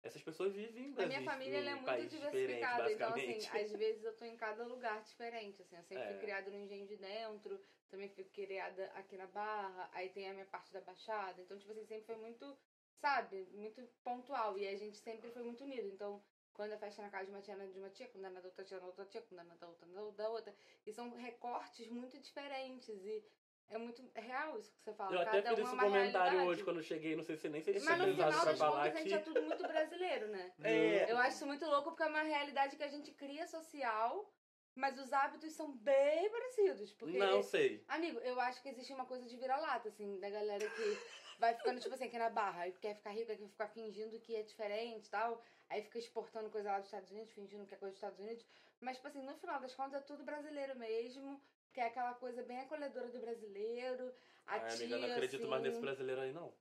Essas pessoas vivem em
A
Brasil.
minha família
em
ela é muito
países diferentes,
diversificada, então assim,
um basicamente.
às vezes eu tô em cada lugar diferente, assim, eu sempre fui
É.
criada no Engenho de Dentro, também fui criada aqui na Barra, aí tem a minha parte da Baixada, então tipo assim, sempre foi muito, sabe, muito pontual, e a gente sempre foi muito unido, então quando a festa é na casa de uma tia, na de uma tia, quando é na da outra tia, na outra tia, quando é na da outra, na da outra, e são recortes muito diferentes, e é muito real isso que você fala,
Eu até
cada
fiz
um é
esse
uma
comentário
realidade.
hoje quando eu cheguei, não sei se nem sei se
Mas no
é
final
pra
das
falar
contas a gente
que.
é tudo muito brasileiro, né?
É.
Eu acho isso muito louco porque é uma realidade que a gente cria social, mas os hábitos são bem parecidos. Porque,
Não sei.
amigo, eu acho que existe uma coisa de vira-lata, assim, da galera que vai ficando, tipo assim, aqui na barra, e quer ficar rica, quer ficar fingindo que é diferente e tal. Aí fica exportando coisa lá dos Estados Unidos, fingindo que é coisa dos Estados Unidos. Mas, tipo assim, no final das contas é tudo brasileiro mesmo. Que é aquela coisa bem acolhedora do brasileiro. A
Ai, amiga, eu não
tia,
acredito mais
assim.
nesse brasileiro aí, não.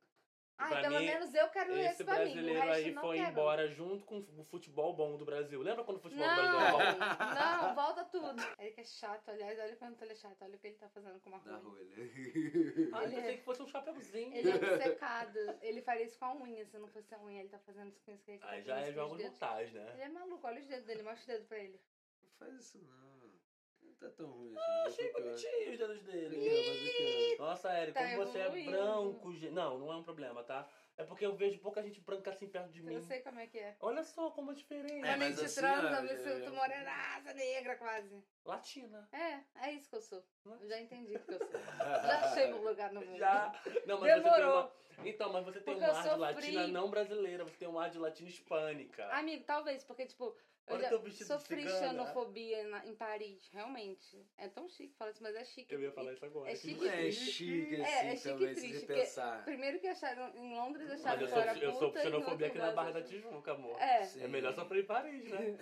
Ai,
Pra
pelo
mim,
menos eu quero esse,
Esse
pra mim. O
brasileiro
resto
aí
eu não
foi
quero.
embora junto com o futebol bom do Brasil. Lembra quando o futebol do Brasil era bom?
Não, não, volta tudo. Ele que é chato, aliás, olha quanto ele é chato, olha o que ele tá fazendo com uma
Na
rua.
rua, né?
Ah, eu
Ele é-
pensei que fosse um chapeuzinho.
Ele é obcecado, ele faria isso com a unha, se não fosse a unha, ele tá fazendo isso com isso que ele tá
Aí
fazendo
já
isso
é
com os
jogos
dedos.
mortais, né?
Ele é maluco, olha os dedos dele, mostra os dedos pra ele.
Não faz isso não. Não tá tão ruim assim.
Ah,
Não,
Achei
tô pior.
bonitinho os dedos dele.
Aqui,
Nossa, Eric,
Tá
como você é
evoluindo.
branco, gente. Não, não é um problema, tá? É porque eu vejo pouca gente branca assim perto de
Eu
mim.
sei como é que é.
Olha só como é diferente.
Hum. É,
Quando a
mas
gente
assim,
transa,
ó,
eu me
eu-
sinto morenaça, negra quase.
Latina.
É, é isso que eu sou.
Né?
Eu já entendi que eu sou.
ó.
Já achei meu lugar no mundo.
Já. Não, mas você tem
Demorou.
uma... Então, mas você tem
Porque
um
eu
ar de
sofri.
latina não brasileira, você tem um ar de latina hispânica.
Amigo, talvez, porque, tipo, eu
Olha
já
teu vestido de
sofri
cigana.
xenofobia na- em Paris, realmente. É tão chique falar isso, mas é chique.
Eu ia falar isso agora.
É
que
chique
Não é
e
chique assim
É, é chique e
também, se
triste,
você
porque-
pensar.
Primeiro que acharam em Londres
Mas
acharam
eu
que eu era
sofro,
puta.
eu sofro
e no
xenofobia aqui
outro
na
lado
Barra da
acharam-
Tijuca, amor.
É,
É melhor sofrer em Paris, né?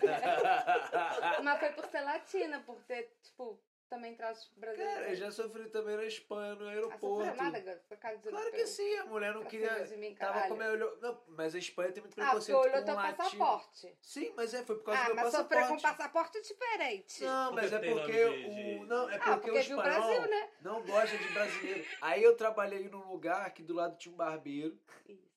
mas foi por ser latina, por ter, tipo, também traços brasileiros.
Cara, eu já sofri também na Espanha, no
Ah, sofreu
aeroporto.
nada, garoto, por causa de
Claro que
europeu.
sim, a mulher não
Pra
queria.
cima de mim,
Tava
caralho.
como olhou. Não, mas a Espanha tem muito
Ah, porque
preconceito
olhou
com
teu
latino.
passaporte.
Sim, mas é, foi por causa
Ah,
do meu
mas sofreu com
passaporte.
passaporte diferente.
Não,
Porque
mas é
tem nome
porque
de-
o. Não, é porque,
ah, porque
o
viu o
espanhol
Brasil, né?
não gosta de brasileiro. Aí eu trabalhei num lugar que do lado tinha um barbeiro.
Isso.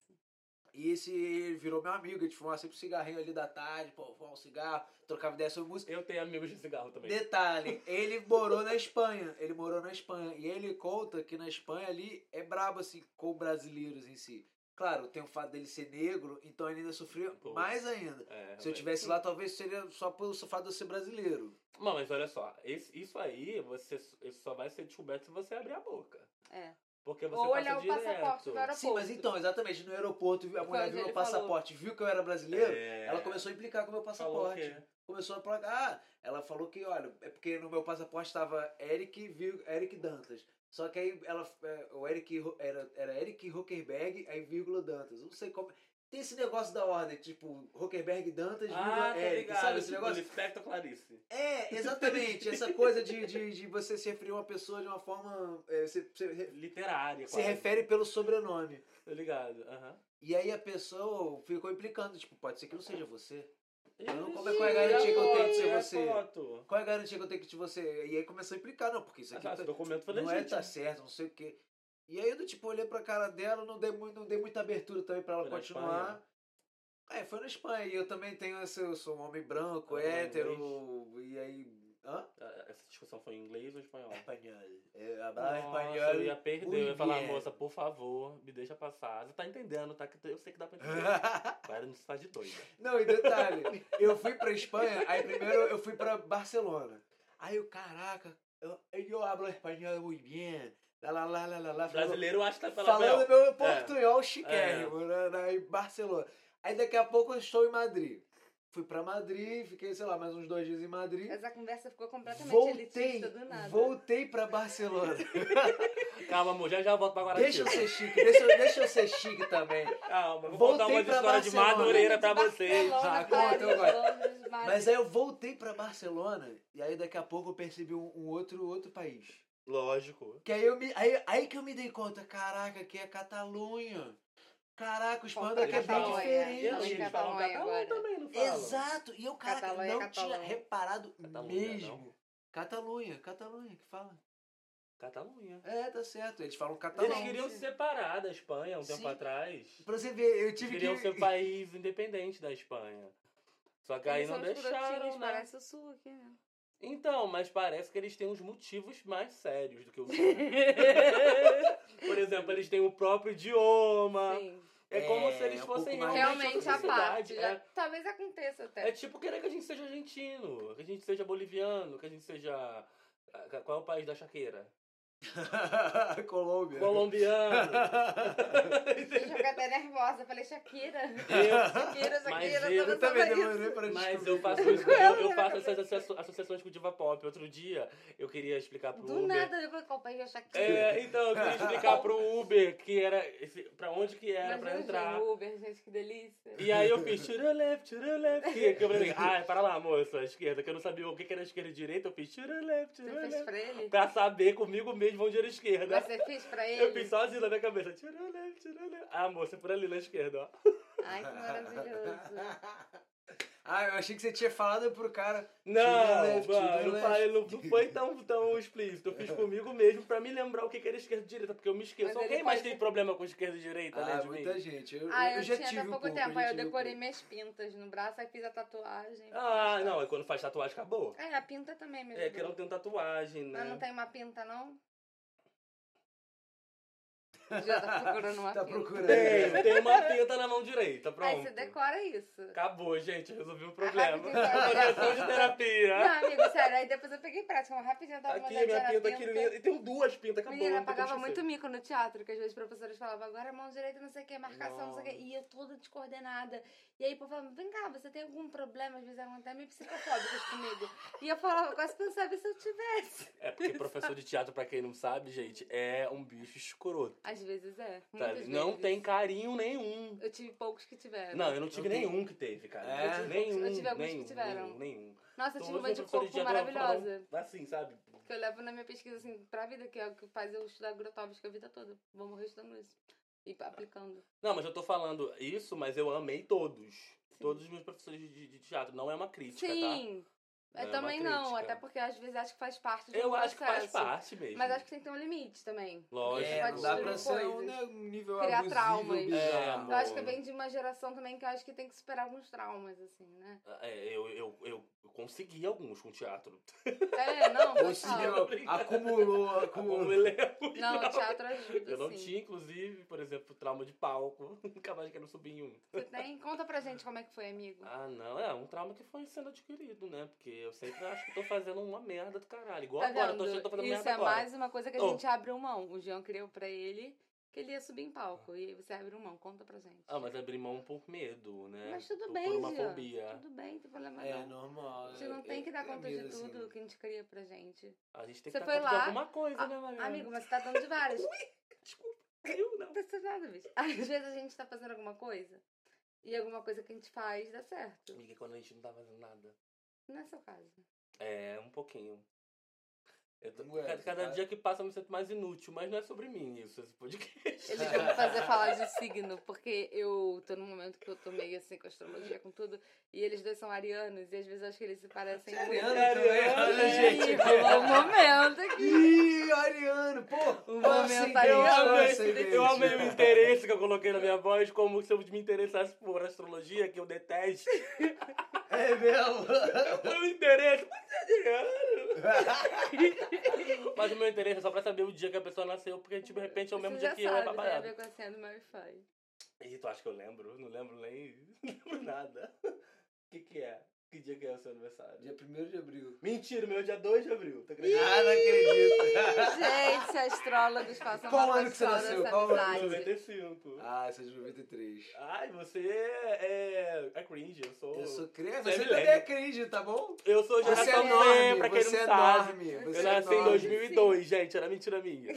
E esse ele virou meu amigo, a gente fumava sempre um cigarrinho ali da tarde, pô, fumava um cigarro, trocava ideia sobre música.
Eu tenho amigos de cigarro também. É,
Detalhe, ele morou na Espanha. Ele morou na Espanha. E ele conta que na Espanha ali é brabo, assim, com brasileiros em si. Claro, tem o fato dele ser negro, então ele ainda sofreu
Pô.
mais ainda. Se
É,
eu
realmente.
tivesse lá, talvez seria só pelo fato de eu ser brasileiro.
Não, mas olha só, esse- isso aí você isso só vai ser descoberto se você abrir a boca.
É.
Porque você
Ou
passa
olhar o
direto.
passaporte do aeroporto.
Sim, mas então, exatamente, no aeroporto, a mulher
onde
viu meu
ele
passaporte, viu que eu era brasileiro,
É.
ela começou a implicar com o meu
Falou o
passaporte.
quê?
Começou a placar. Ah, ela falou que, olha, é porque no meu passaporte estava Eric, vir- Eric Dantas. Só que aí ela. é, O Eric Ro- era, era Eric Huckerberg, aí vírgula Dantas. Não sei como. Tem esse negócio da ordem, tipo, Huckerberg Dantas,
Ah,
vírgula
tá
Eric.
ligado.
é, Sabe esse
tipo,
negócio?
Lispector Clarice.
É, exatamente. essa coisa de, de, de você se referir a uma pessoa de uma forma. é, você, você,
Literária,
se refere pelo sobrenome.
Tá ligado? Aham.
E aí a pessoa ficou implicando, tipo, pode ser que não seja você. Eu não- como é-
Ih,
qual é a garantia que eu tenho de ser
e a
você?
foto?
Qual é a garantia que eu tenho que te você? E aí começou a implicar, não, porque isso
Ah,
aqui
tá, né?
tá-
esse documento foi
não é tá
legítimo.
certo, não sei o quê. E aí eu, tipo, olhei pra cara dela, não dei, muito, não dei muita abertura também pra ela
Foi na
continuar. É, foi na Espanha. E eu também tenho esse, eu sou um homem branco,
Ah,
hétero, e aí... Hã?
Ah, Essa discussão foi em inglês ou espanhol?
É Espanhol. Eu hablava
Nossa, eu ia
espanhol.
perder.
Muy
Eu ia falar,
bien.
moça, por favor, me deixa passar. Você tá entendendo, tá? Que Eu sei que dá pra entender. Para não se faz de doida.
Não, e detalhe, eu fui pra Espanha, aí primeiro eu fui pra Barcelona. Aí eu, caraca, eu, eu hablo espanhol muito bem. Lá, lá, lá, lá, lá, lá.
O brasileiro acha que tá falando.
Falando
"Não,
meu portunhol chiquérrimo, né, né, em Barcelona. Aí daqui a pouco eu estou em Madrid. Fui pra Madrid, fiquei, sei lá, mais uns dois dias em Madrid.
Essa conversa ficou completamente
Voltei,
elitista do nada.
voltei pra Barcelona.
Calma, amor, já já volto pra Guaratiba.
deixa eu ser chique, deixa, eu- deixa eu ser chique também.
Calma, vou
Voltei
contar uma
pra
história de
Barcelona.
Madureira pra vocês.
Barcelona,
Ah,
é
conta
Paris,
agora.
Londres, Madrid.
Mas aí eu voltei pra Barcelona, e aí daqui a pouco eu percebi um, um outro, outro país.
Lógico.
Que aí, eu me, aí, aí que eu me dei conta, caraca, aqui é Catalunha. Caraca, os
Conta
espanhol daqui é bem
Catalunha. é,
E
Fala
diferente.
em
eles falam
um Catalunha
catalão
agora.
também, não falam?
Exato, e eu, caraca,
Catalunha,
não
Catalunha.
tinha reparado
Catalunha,
mesmo.
não.
Catalunha, Catalunha, que fala.
Catalunha.
É, tá certo. Eles falam
Eles
catalão.
Gente.
queriam se separar da Espanha um tempo
Sim.
atrás.
Pra você ver, eu tive
Queriam
que...
ser um país independente da Espanha. Só que aí
Eles
não
são os
deixaram,
escrotinhos,
né?
Parece o sul aqui, né?
Então, mas parece que eles têm uns motivos mais sérios do que o sul. Por exemplo, eles têm o próprio idioma.
Sim.
É como
É,
se eles
um pouco
fossem
mais-
realmente,
Realmente
outra
a parte.
sociedade.
já-
É,
Talvez aconteça até.
é tipo querer que a gente seja argentino, que a gente seja boliviano, que a gente seja. ah, Qual é o país da chaqueira?
Colômbia.
Colombiano.
Eu fico até nervosa. Falei, Shakira.
Eu-
Shakira,
Mas
Shakira,
eu-
Eu
toda
também
essa
demorei
isso.
pra
Mas
descobrir.
eu faço, isso, eu, eu faço essas associa- associações com diva pop. Outro dia eu queria explicar pro
Do
Uber.
nada, eu falei, qual país é Shakira?
É, então eu queria explicar pro Uber que era esse, pra onde que era
Imagina
pra
o
entrar.
João Uber, gente, que delícia.
E aí eu fiz tchurulep, tchurulep, que que eu falei, assim, ai, para lá, moça, esquerda, que eu não sabia o que que era esquerda e direita, eu fiz tchurulep,
Você fez
tchurulep,
pra ele?
pra saber comigo mesmo onde era esquerda.
Mas você fez pra
Eu fiz
ele?
sozinho na minha cabeça, tchurulep, tchurulep. Ah, moça, é por ali na esquerda, ó.
Ai, que maravilhoso.
ah, eu achei que você tinha falado pro cara.
Não,
Tchurulep,
mano, não,
tchurulep.
falei, não, não foi tão, tão explícito. Eu fiz comigo mesmo pra me lembrar o que que era esquerda e direita, porque eu me esqueço.
Mas
Alguém
ele
mais
pode-
tem problema com esquerda e direita, né,
Ah,
de mim?
muita gente. Eu,
Ah,
eu
eu,
já
tinha
tive
até
um
pouco
pouco,
tempo,
já
aí eu
tive um
decorei
pouco.
minhas pintas no braço, aí fiz a tatuagem.
Ah, não, é quando faz tatuagem, acabou.
É, a pinta também mesmo.
É, que eu não tenho tatuagem, né?
Mas não tem uma pinta, não? Já tá procurando uma
Tá
pinta.
procurando.
Tem, tem uma teta na mão direita,
Aí
pronto.
você decora isso.
Acabou, gente, resolvi o
Ah,
problema.
rapidinho, tá.
Projeção de terapia.
Não, amigo, sério, aí depois eu peguei prática, uma rapidinha tava
Aqui, minha pinta aqui. linda. E tem duas pintas, acabou.
Menina,
não tem
pagava
como
muito
esquecer.
mico no teatro, que às vezes os professores falavam, agora é mão direita, não sei o que, marcação, não sei o que,
Nossa.
e eu toda descoordenada. E aí, o povo falava, vem cá, você tem algum problema? Às vezes eram até meio psicofóbicas comigo. E eu falava, quase pensava, e se eu tivesse?
É, porque professor de teatro, pra quem não sabe, gente, é um bicho escroto.
Às vezes é.
Tá?
muitas
Não
vezes. É,
tem carinho nenhum.
Eu tive poucos que tiveram.
Não, eu não tive
Eu tenho-
nenhum que teve, cara.
É? Eu tive-
Nenhum,
eu tive alguns que
nenhum,
tiveram.
Nenhum, nenhum.
Nossa, eu
Então,
tive uma
hoje,
de
professor
corpo
teatro, eu vou falar um-
maravilhosa.
Assim, sabe?
Que eu levo na minha pesquisa, assim, pra vida, que é o que faz eu estudar agrotóxica a vida toda. Vou morrer estudando isso. E aplicando.
Não, mas eu tô falando isso, mas eu amei todos. Todos os meus professores de, de teatro. Não é uma crítica, tá?
Sim.
Não é
Eu
uma
também não,
crítica.
até porque às vezes acho que faz parte do
Eu acho que faz
processo.
parte mesmo.
é Mas acho que tem que ter um limite também.
Lógico.
É, não dá
Pode
pra
destruir
ser um,
coisas.
né, um nível
Criar
abusivo,
traumas.
bizarro.
É,
Eu acho que
Bom.
vem de uma geração também que eu acho que tem que superar alguns traumas, assim, né?
É, eu, eu, eu consegui alguns com teatro. tá
É, não, total.
Conseguiu, acumulou,
Como
acumulou.
elenco.
Não, o teatro ajuda,
Eu não
sim.
tinha, inclusive, por exemplo, trauma de palco. Nunca mais quero subir em um.
Você tem? Conta pra gente como é que foi, amigo.
Ah, não. É um trauma que foi sendo adquirido, né? Porque eu sempre acho que tô fazendo uma merda do caralho. Igual
Tá
agora.
vendo?
Tô achando que tô fazendo
Isso
merda
é
agora.
mais uma coisa que a
Oh.
gente abriu mão. O Jean criou pra ele que ele ia subir em palco. E aí você abriu mão. Conta pra gente.
Ah, mas abri mão por medo, né?
Mas tudo
por,
bem,
Por uma
Jean.
fobia.
Tudo bem, Ah, não tem problema
É
não.
normal.
A gente não
é-
tem que dar
é
conta
medo,
de
assim.
né?
tudo que a gente cria pra gente.
A gente tem
Você
que
foi
dar conta de
lá?
alguma coisa,
Ah,
né, Mariana?
Amigo, mas você tá dando de várias.
Eu não.
Não precisa nada, bicho. Às vezes a gente tá fazendo alguma coisa e alguma coisa que a gente faz dá certo.
Amiga, quando a gente não tá fazendo nada.
Não é seu caso.
É, um pouquinho. Eu tô-
Ué,
cada cada
vai.
dia que passa eu me sinto mais inútil, mas não é sobre mim isso, esse podcast.
Eles vão me fazer falar de signo, porque eu tô num momento que eu tô meio assim com astrologia, com tudo. E eles dois são arianos, e às vezes eu acho que eles se parecem
Você é
muito.
Ariano também,
Ariano,
olha,
né?
gente.
Ih, rolou um momento aqui.
Ih, Ariano, pô.
Um
eu
momento
aceitei,
Eu
Ariano,
eu
amei,
aceitei,
eu amei
tipo.
o interesse que eu coloquei na minha voz, como se eu me interessasse por astrologia, que eu detesto.
É mesmo.
Foi o interesse, mas é ariano. Mas o meu interesse é só pra saber o dia que a pessoa nasceu, porque de repente é o mesmo
Você
dia
já
que eu
sabe,
é
né, tem a
babado.
ver com a senha do meu wi
Ih, tu acha que eu lembro? Não lembro nem. Não lembro nada. O que, que é? Que dia que é o seu aniversário?
Dia 1 de abril.
Mentira, meu é dia 2 de abril. Tá
Ah, não acredito.
Gente, astrólogos façam
Qual
uma
ano que você
pastoral
nasceu?
dessa
Qual ano?
amizade.
95.
Ah, você é de 93.
Ai, você é, é cringe, eu sou.
Eu sou criança.
Você é
Você também é
milênio.
cringe, tá bom?
sou
Você é
geração Z, pra
enorme,
quem
você
não
é
sabe.
enorme.
Eu
Você é
nasci em
enorme.
2002, gente, era mentira minha.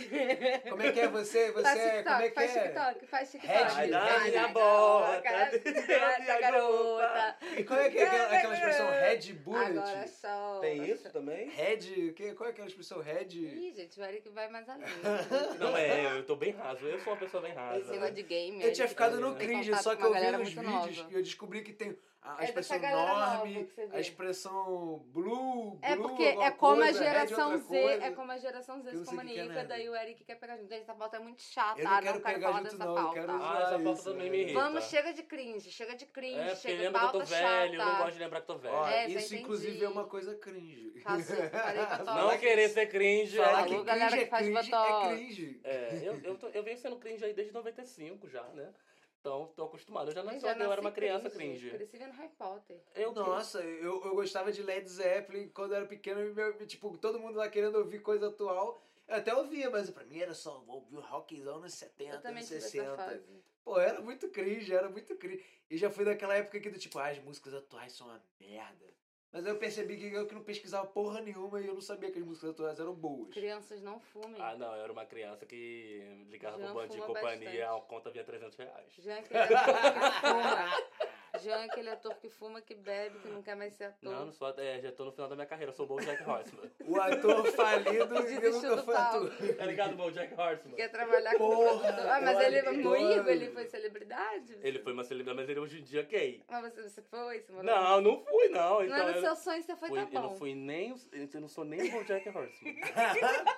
Como é que é você? Você
Faz
é. Como é
TikTok,
que
faz
é?
TikTok, faz TikTok.
Ai,
Ai, da
ai,
minha
da
bota,
garota,
da minha garota.
E como é que é aquela, aquela expressão Red
Agora
Bullet?
só.
Tem isso também?
Red. o quê? Qual é aquela expressão Red?
Ih, gente, o Eric vai mais além.
Não é, eu tô bem raso, eu sou uma pessoa bem rasa.
Esse negócio de game.
Eu tinha
Eric,
ficado
tem
no
contato
cringe, só que
com uma
eu vi
galera
uns
muito
vídeos
nova.
e eu descobri que tem a, a
É dessa
expressão
galera nova
norme,
que você vê.
a expressão blue, blue
É porque
alguma
é como a
coisa, red,
geração
outra
Z,
coisa.
é como a geração Z
Eu não
se
sei o que que é
comunica,
nada.
daí o Eric quer pegar junto. Essa pauta é muito chata,
Eu não
ah,
quero
quero
pegar
falar
junto,
dessa
não, eu
pauta.
quero
Ah, essa
zoar
pauta
isso,
também
né?
me irrita.
Vamos, chega de cringe, chega de cringe,
É, porque
chega de
lembra que eu
pauta
tô
chata.
velho, eu não gosto de lembrar que tô velho.
Ó,
É, já
isso
entendi.
inclusive é uma coisa cringe.
Tá, sim, falei que eu tô-
Não
Falar
querer ser cringe.
Falar
é-
que
Alô, galera
cringe é
que faz
cringe é
botox.
cringe.
É, eu, eu, tô- eu venho sendo cringe aí desde 95 já, né? Então, tô acostumado. Eu já
Eu
nasci,
já
eu era
nasci
uma criança
cringe.
cringe.
Cresci vendo Harry Potter.
Eu,
Nossa, eu, eu gostava de Led Zeppelin quando eu era pequeno, e meu- tipo, todo mundo lá querendo ouvir coisa atual. Eu até ouvia, mas pra mim era só vou ouvir o rockzão nos
Eu
70,
também
nos
tive essa
60.
fase.
Pô, era muito cringe, era muito cringe. E já fui daquela época que do tipo, ah, as músicas atuais são uma merda. Mas eu percebi que eu que não pesquisava porra nenhuma e eu não sabia que as músicas atuais eram boas.
Crianças não fumem.
Ah, não, eu era uma criança que ligava
Já
pro Band e
fuma
companhia,
bastante.
a conta vinha 300 reais.
Jean é aquele ator que fuma. Jean é aquele ator que fuma, que bebe, que não quer mais ser ator.
Não, não sou, é, já tô no final da minha carreira, eu sou o Bo Jack Horseman.
O ator falido
Que
e
desistiu
nunca
do
foi ator.
tá ligado, Bo Jack Horseman?
Quer trabalhar com
Porra,
produtor. Ah, mas
olha,
ele é moído,
olha.
ele foi celebridade?
Ele foi uma celebridade, mas ele hoje em dia é gay.
Mas você, você foi? Você morou
Não, não fui, não.
Não
Então,
era
eu,
seu sonho, você foi,
fui-
tá
eu
bom.
não fui nem. o- Eu não sou nem o Bo Jack Horseman.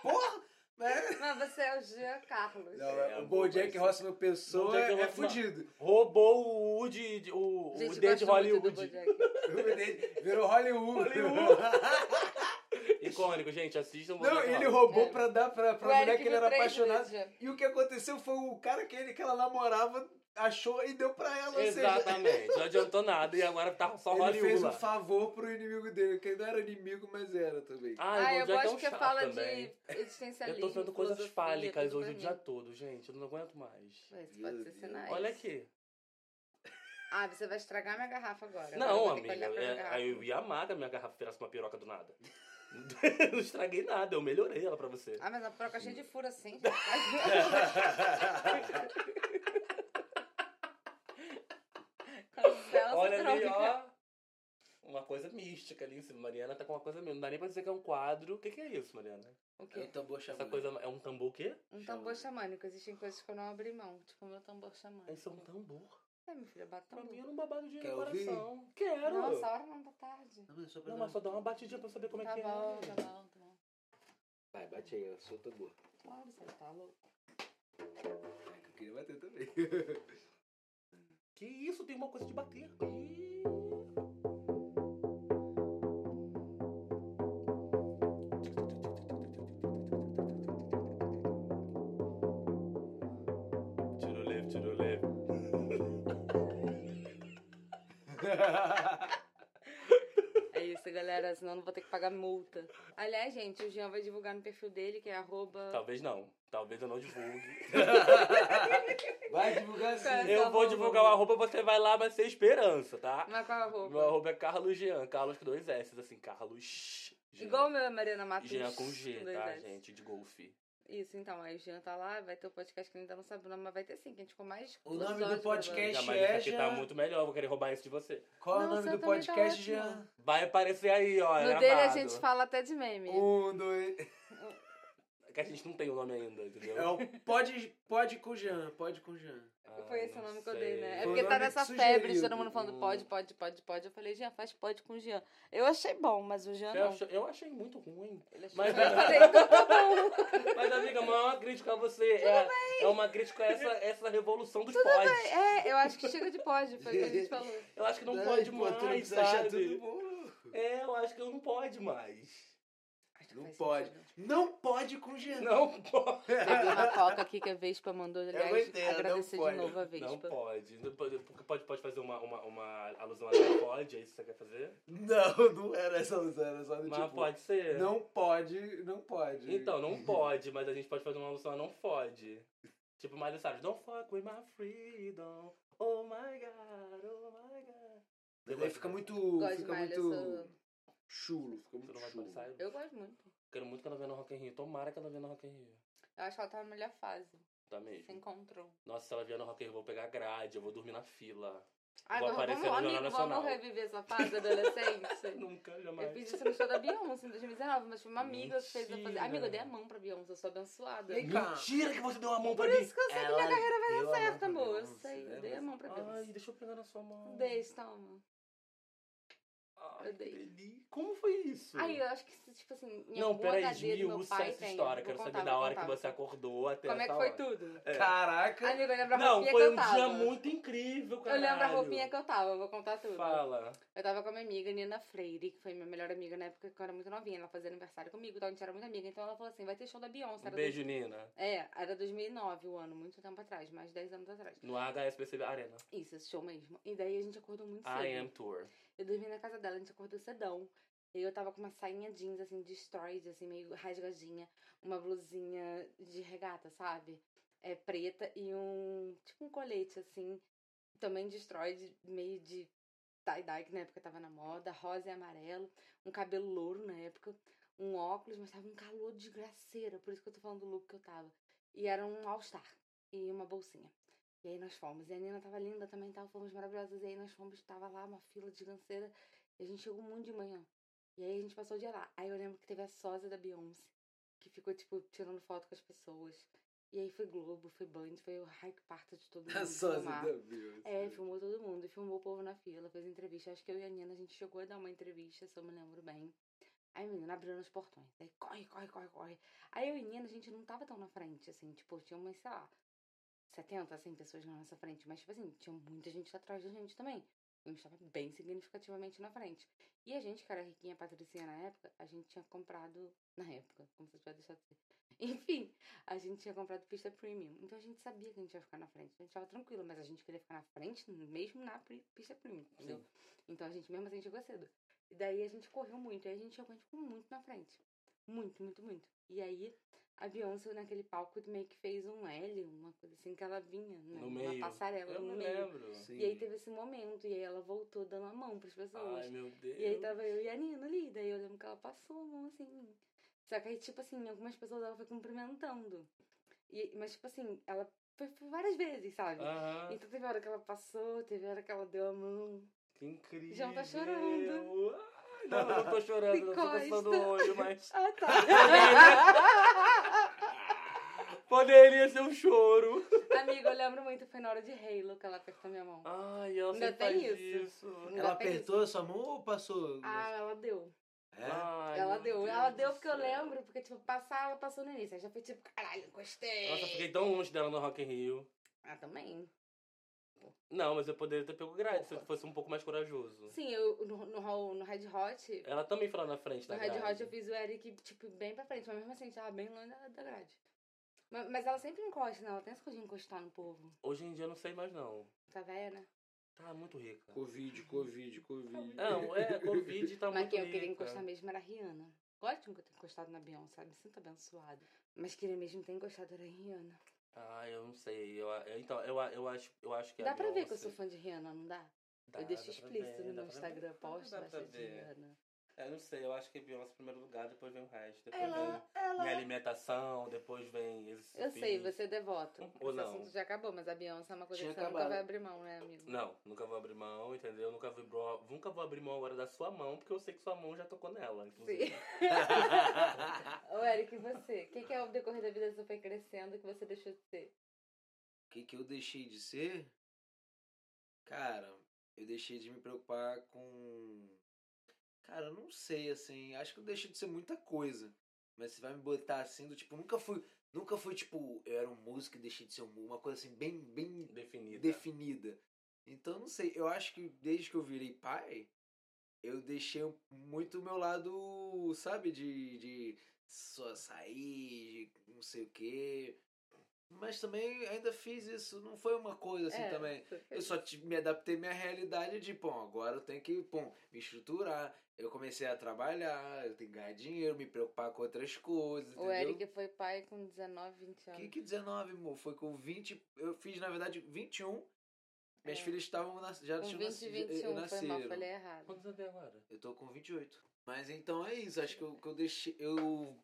Porra! Mas...
Mas você é o Jean Carlos.
Não,
É,
o Bojack
mas-
Horseman pessoa
Bojack
é
Horseman-
fudido.
Roubou o Woody, de- o, o
Gente,
D de
gosto muito do
Hollywood.
Bojack.
Virou Hollywood.
Hollywood. Icônico, gente, assistam o Bo
Não,
Jack
ele
Horseman.
roubou
É.
pra dar pra, pra
O
mulher
Eric
que ele era
viu três
apaixonado.
vezes.
E o que aconteceu foi o cara que, ele, que ela namorava achou e deu pra ela. ou seja,
Exatamente, não adiantou nada e agora tá só
ele
Hollywood.
fez um
lá.
favor pro inimigo dele, que não era inimigo, mas era também.
Ah,
Ah,
o
eu
Bojack é
gosto
um
que
chato
fala
também.
de existencialismo.
Eu tô vendo coisas
filosofia,
fálicas
tudo
hoje o
pra
dia
mim.
todo, gente. Eu não aguento mais.
Ué, Isso pode ser
Meu
sinais.
Olha aqui.
Ah, você vai estragar minha garrafa agora.
Não,
Agora eu vou ter que
amiga.
olhar pra minha
é-
garrafa.
aí eu ia amar que a minha garrafa virasse uma piroca do nada. não estraguei nada, eu melhorei ela pra você.
Ah, mas a piroca é cheia de furo assim. Cancela
Olha
essa
ali,
piroca.
ó. Uma coisa mística ali em cima. Mariana tá com uma coisa mesmo. Não dá nem pra dizer que é um quadro. O que, que é isso, Mariana?
O
É o
quê?
tambor
Essa
chamado.
coisa é um tambor o quê?
Um tambor xamânico. Existem coisas que eu não abri mão. Tipo, meu tambor xamânico.
Isso é um tambor.
É, meu filho, bata
Pra mim
tambor.
era um babado de
Quer
decoração. Quero.
Não, essa hora não, da tarde.
Não, mas só pra
Não,
dar
mas só dá uma batidinha pra eu saber como
Tá
é que
bom,
é.
tá bom, tá bom.
Vai, bate aí, eu sou o tambor.
Claro, você tá louco.
É, que eu queria bater também.
Que isso, tem uma coisa de bater. Ih. Tiro leve, tiro leve.
É isso, galera. Senão eu não vou ter que pagar multa. Aliás, gente, o Jean vai divulgar no perfil dele, que é arroba...
Talvez não. Talvez eu não divulgue.
Vai divulgar assim.
tá
Eu vou divulgar o arroba, você vai lá, vai ser esperança, tá?
Mas qual é a arroba?
Meu arroba é Carlos Jean, Carlos com dois S, assim, Carlos. Jean.
Igual o meu é Mariana Matos.
Jean com G,
dois
tá,
S.
gente? De golfe.
Isso, então. Aí o Jean tá lá, vai ter o podcast que ainda não sabe o nome, mas vai ter sim, que a gente ficou mais...
O
duas
nome do
horas
podcast-
gravando.
Ainda
Cash
mais esse aqui
é
tá
Jean.
muito melhor, vou querer roubar esse de você.
Qual é o
Não,
nome
seu
do
também tá
podcast,
ótimo.
Jean?
Vai aparecer aí, ó.
No
gravado.
dele a gente fala até de meme.
Um, dois.
É Que a gente não tem o nome ainda, entendeu?
É o pode, pode com Jean, pode com Jean.
Ah,
Foi esse o
não
nome que eu
sei.
dei, né? É
Foi o
porque tá
nome
nessa
sugerido.
febre de todo mundo falando pode, pode, pode, pode. Eu falei, Jean, faz pode com o Jean. Eu achei bom, mas o Jean
Eu
não.
achei, eu achei muito ruim.
Ele achou...
Mas-
Mas... Eu falei, então tá bom.
Mas, amiga, não é uma crítica a você. É, é uma crítica a essa, essa revolução dos pods.
É, eu acho que chega de pode, foi o que a gente falou.
Eu acho que não
Ai, pô,
pode
tu não
mais,
precisa achar
sabe?
tudo bom.
É, eu acho que eu não pode mais.
Ai,
Não
faz
pode.
sentido.
tá Não pode com Jean.
Não pode.
Bebi uma coca aqui que a Vespa mandou, aliás,
aguentei, ela
agradecer
não
de novo a
Não
Vespa.
pode. Não pode. Porque pode, pode fazer uma, uma, uma alusão a não pode, é isso que você quer fazer?
Não, não era essa alusão, era só do
Mas
tipo.
pode ser.
Não pode, não pode.
Então, não pode, mas a gente pode fazer uma alusão a não fode. Tipo Miley Cyrus, don't fuck with my freedom. Oh my god, oh my god.
Mas aí É, fica muito.
Gosto
fica
demais
muito.
dessa-
Chulo, fica
Você
muito
não vai
chulo.
Miley
Eu
Cyrus?
gosto muito.
Quero muito que ela venha no Rock in Rio. Tomara que ela venha no Rock in Rio.
Eu acho que ela tá na melhor fase.
Tá
Se
mesmo.
encontrou.
Nossa, se ela vier no Rock in Rio, eu vou pegar grade, eu vou dormir na fila.
Ai,
Vou
vamos,
aparecer no
vamos,
Jornal
amigo,
Nacional.
vamos reviver essa fase adolescente?
Nunca,
Eu
jamais.
fiz isso no show da Beyoncé em 2019, mas foi uma amiga que fez a fazer.
Mentira.
Amiga, eu dei a mão pra Beyoncé, eu sou abençoada.
Vem cá.
Mentira que você deu a mão pra
Por
mim.
isso que eu sei que minha carreira vai dar certo, amor. Eu sei, é eu dei a
Deus.
mão pra
Ai,
Beyoncé.
deixa eu pegar na sua mão.
Um beijo, toma.
Ai, que
Odeio.
delícia. Como foi isso?
Aí eu acho que, tipo assim, em
não,
algum
peraí,
HD do meu
esmiuça
pai
essa
tem.
história.
Vou
Quero
contar,
saber da
vou
hora que
contar.
você acordou até
Como é que
essa
foi
hora.
tudo?
É.
Caraca!
Amigo, eu lembro a
Não,
roupinha que
foi
eu
um
tava.
dia muito incrível, cara.
Eu lembro a roupinha que eu tava, eu vou contar tudo.
Fala.
Eu tava com a minha amiga Nina Freire, que foi minha melhor amiga na época que eu era muito novinha. Ela fazia aniversário comigo, então a gente era muito amiga. Então ela falou assim: vai ter show da Beyoncé.
Um
Era
beijo, Nina.
dois- É, era 2009 o ano, muito tempo atrás, mais de 10 anos atrás.
No HSBC Arena.
Isso, esse show mesmo. E daí a gente acordou muito cedo.
I am tour.
Eu dormi na casa dela, a gente acordou cedão. E eu tava com uma sainha jeans, assim, destroyed, assim, meio rasgadinha. Uma blusinha de regata, sabe? É preta e um. Tipo um colete, assim. Também destroyed, meio de tie-dye, que na época tava na moda. Rosa e amarelo. Um cabelo louro na época. Um óculos, mas tava um calor de graceira. Por isso que eu tô falando do look que eu tava. E era um All-Star. E uma bolsinha. E aí nós fomos. E a Nina tava linda também, tava, fomos maravilhosas. E aí nós fomos, tava lá uma fila de lanceira. E a gente chegou muito de manhã. E aí a gente passou o dia lá. Aí eu lembro que teve a sósia da Beyoncé, que ficou, tipo, tirando foto com as pessoas. E aí foi Globo, foi Band, foi o raio que parta de todo mundo.
Sósia
filmar.
da Beyoncé.
É, filmou todo mundo, e filmou o povo na fila, fez entrevista. Acho que eu e a Nina, a gente chegou a dar uma entrevista, se eu me lembro bem. Aí a menina abriu nos portões. Aí corre, corre, corre, corre. Aí eu e a Nina, a gente não tava tão na frente, assim, tipo, tinha umas, sei lá, 70, 100 pessoas na nossa frente. Mas, tipo assim, tinha muita gente atrás da gente também. A gente tava bem significativamente na frente. E a gente, cara, riquinha, patricinha na época, a gente tinha comprado. Na época, como se eu tivesse deixado de ser. Enfim, a gente tinha comprado pista premium. Então a gente sabia que a gente ia ficar na frente. A gente tava tranquila, mas a gente queria ficar na frente mesmo na pri- pista premium, entendeu? Então a gente mesmo assim chegou cedo. E daí a gente correu muito. Aí a gente chegou, a gente ficou muito na frente. Muito, muito, muito. E aí a Beyoncé naquele palco meio que fez um L, uma coisa assim, que ela vinha, né?
No
Uma
meio.
passarela
Eu
no
não
meio.
lembro.
Sim.
E aí teve esse momento, e aí ela voltou dando a mão pras pessoas.
Ai, meu Deus.
E aí tá- tava eu e a Nina ali, daí eu lembro que ela passou a mão assim. em mim. Só que aí, tipo assim, algumas pessoas ela foi cumprimentando. E, mas, tipo assim, ela foi, foi várias vezes, sabe?
Aham,
Então teve hora que ela passou, teve hora que ela deu a mão.
que incrível.
Já tá chorando.
Ai, não, eu não tô chorando, eu tô
Encosta.
coçando o olho, mas...
Ah, tá.
Poderia ser um choro.
Amigo, eu lembro muito, foi na hora de Halo que ela apertou minha
Ah,
mão.
Ai, ela
Ainda
sempre
tem
faz isso.
Ela
Ela fez
apertou a sua mão ou passou?
assim. Ah, ela deu.
É?
Ai,
ela
meu
deu.
Deus
ela
do
deu porque eu
céu.
lembro, porque, tipo, passar, ela passou no início. Aí já foi tipo, caralho, encostei.
Nossa, eu fiquei tão longe dela no Rock in Rio.
Ah, também.
Não, mas eu poderia ter pego grade se eu
Porra.
fosse um pouco mais corajoso.
Sim, eu no, no, hall- no Red Hot,
Ela também foi lá na frente
No
da
Red
grade.
Hot eu fiz o Eric, tipo, bem pra frente, mas mesmo assim, tava bem longe da, da grade. Ma- Mas, ela sempre encosta, né? Ela tem essa coisa de encostar no povo.
Hoje em dia eu não sei mais, não.
Tá velha, né?
Tá muito rica.
Covid, Covid, Covid.
Não, é, Covid tá
mas
muito
quem é eu
rica.
queria encostar mesmo era a Rihanna. Gosto de ter encostado na Beyoncé, sabe? Me sinto abençoada. Mas queria mesmo ter encostado era a Rihanna.
Ah, eu não sei. Eu, eu- então, eu, eu, acho, eu acho que é a
dá pra ver
Beyoncé-
que eu sou fã de Rihanna, não dá?
Dá,
eu deixo
dá pra
explícito
ver,
no
dá
meu
pra
Instagram,
ver,
posto
dá pra
bastante de
ver.
Rihanna.
É, eu não sei, eu acho que Beyoncé em primeiro lugar, depois vem o resto. Depois
Ela,
vem minha
ela...
alimentação, depois vem exercício
Eu sei,
físico.
você é devoto.
Ou
Esse
não.
assunto já acabou, mas a Beyoncé é uma coisa
Tinha
que você nunca
acabado.
vai abrir mão, né, amigo?
Não, nunca vou abrir mão, entendeu? Nunca vou, abrir mão- nunca vou abrir mão agora da sua mão, porque eu sei que sua mão já tocou nela, inclusive.
Sim. Ô, Eric, e você? O que, que é o decorrer da vida que você foi crescendo que você deixou de ser?
O que, que eu deixei de ser? Cara, eu deixei de me preocupar com. Cara, eu não sei, assim. Acho que eu deixei de ser muita coisa. Mas você vai me botar assim, do tipo, nunca fui. Nunca fui, tipo, eu era um músico e deixei de ser um músico. Uma coisa assim, bem, bem
Definida.
definida. Então, não sei. Eu acho que desde que eu virei pai, eu deixei um, muito o meu lado, sabe, de, de só sair, de não sei o quê. Mas também ainda fiz isso. Não foi uma coisa assim
É,
também.
você
Eu
fez.
só te- me adaptei à minha realidade de, pô, agora eu tenho que, pô, me estruturar. Eu comecei a trabalhar, eu tenho que ganhar dinheiro, me preocupar com outras coisas,
O
entendeu?
Eric foi pai com 19, 20 anos.
Que que 19, amor? Foi com 20. Eu fiz, na verdade, 21. Minhas
É.
filhas estavam nas- já
Com
tinham
20 e
nascido. eu- eu
21 foi mal,
nasceram.
falei errado.
Quantos anos tem agora?
Eu tô com 28. Mas então é isso. Acho que eu, que eu deixei. Eu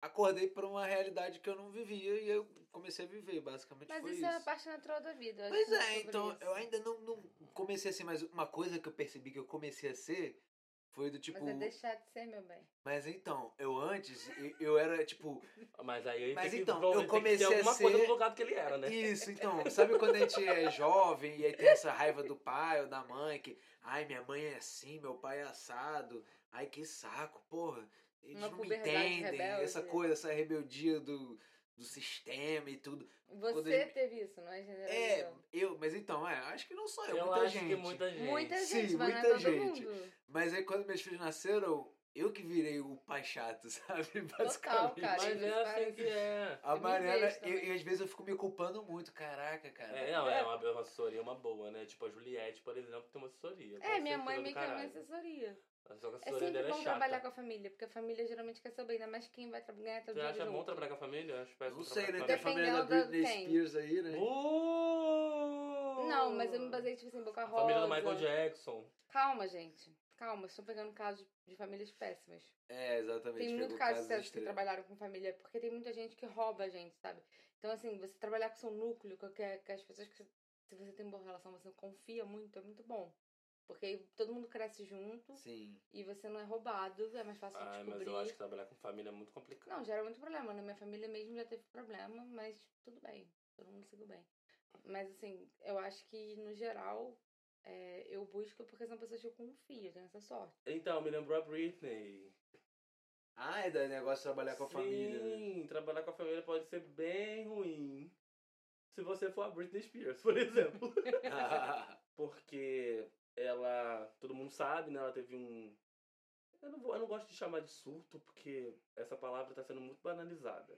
acordei pra uma realidade que eu não vivia e eu comecei a viver. Basicamente
Mas
foi
isso,
isso.
é a parte natural da vida. eu acho
Pois
que
é,
sobre
então
isso.
eu ainda não, não comecei a ser, mas uma coisa que eu percebi que eu comecei a ser Foi do tipo.
Mas é deixar de ser, meu bem.
Mas então, eu antes, eu- eu era tipo.
Ah, Mas aí ele
Mas
tem
então,
que, provavelmente,
eu
tem que ter
comecei a
alguma coisa
ser-
no lugar do que ele era, né?
Isso, então. Sabe quando a gente é jovem e aí tem essa raiva do pai ou da mãe que. Ai, minha mãe é assim, meu pai é assado. Ai, que saco, porra. Eles
Uma
não me
puberdade
entendem.
rebelde. né?
Essa coisa, essa rebeldia do, do sistema e tudo. Quando
Você
ele-
teve isso, não é
É,
generalizando.
eu, mas então, é, acho que não só eu,
Eu
muita
acho
gente.
que muita gente.
Muita gente,
Sim,
mas não é
muita
todo
gente.
mundo.
Mas aí quando meus filhos nasceram, eu que virei o pai chato, sabe?
Total,
Basicamente.
cara.
Mas
eles
é assim
parecem-
que é.
A
Eu me
Mariana,
vejo
eu-
também.
e às vezes eu fico me culpando muito, caraca, cara.
É, não, é uma, uma assessoria, uma boa, né? Tipo, a Juliette, por exemplo, tem uma assessoria.
É, minha mãe
me
meio que era uma assessoria.
Só que a
É
assessoria
sempre
dela é
bom trabalhar com
chata.
a família, porque a família geralmente quer seu bem, ainda mais quem vai tra- ganhar teu
Você
dinheiro
acha
junto.
bom trabalhar com a família? Acho péssimo
Não sei, né?
trabalhar
Tem a
com a família.
família da
Dependendo,
Britney
tem.
Spears aí, né?
Uh!
Não, mas eu me baseei, tipo assim, em Boca
A
Rosa.
família do Michael Jackson.
Calma, gente. Calma, estou pegando casos de famílias péssimas.
É, exatamente.
Tem muito caso de
pegou casos
sucesso que
extremos.
trabalharam com família, porque tem muita gente que rouba a gente, sabe? Então, assim, você trabalhar com seu núcleo, com, que, com as pessoas que você- se você tem boa relação, você confia muito, é muito bom. Porque aí todo mundo cresce junto
Sim.
e você não é roubado, é mais fácil de
Ai,
descobrir.
mas eu acho que trabalhar com família é muito complicado.
Não, gera muito problema. Na minha família mesmo já teve problema, mas tudo bem. Todo mundo seguiu bem. Mas assim, eu acho que no geral é, eu busco porque são pessoas que eu confio, eu tenho essa sorte.
Então, me lembrou a Britney.
Ah, é do negócio de trabalhar com a família.
Sim,
né?
trabalhar com a família pode ser bem ruim. Se você for a Britney Spears, por exemplo. Porque ela. Todo mundo sabe, né? Ela teve um. Eu não, vou- eu não gosto de chamar de surto, porque essa palavra tá sendo muito banalizada.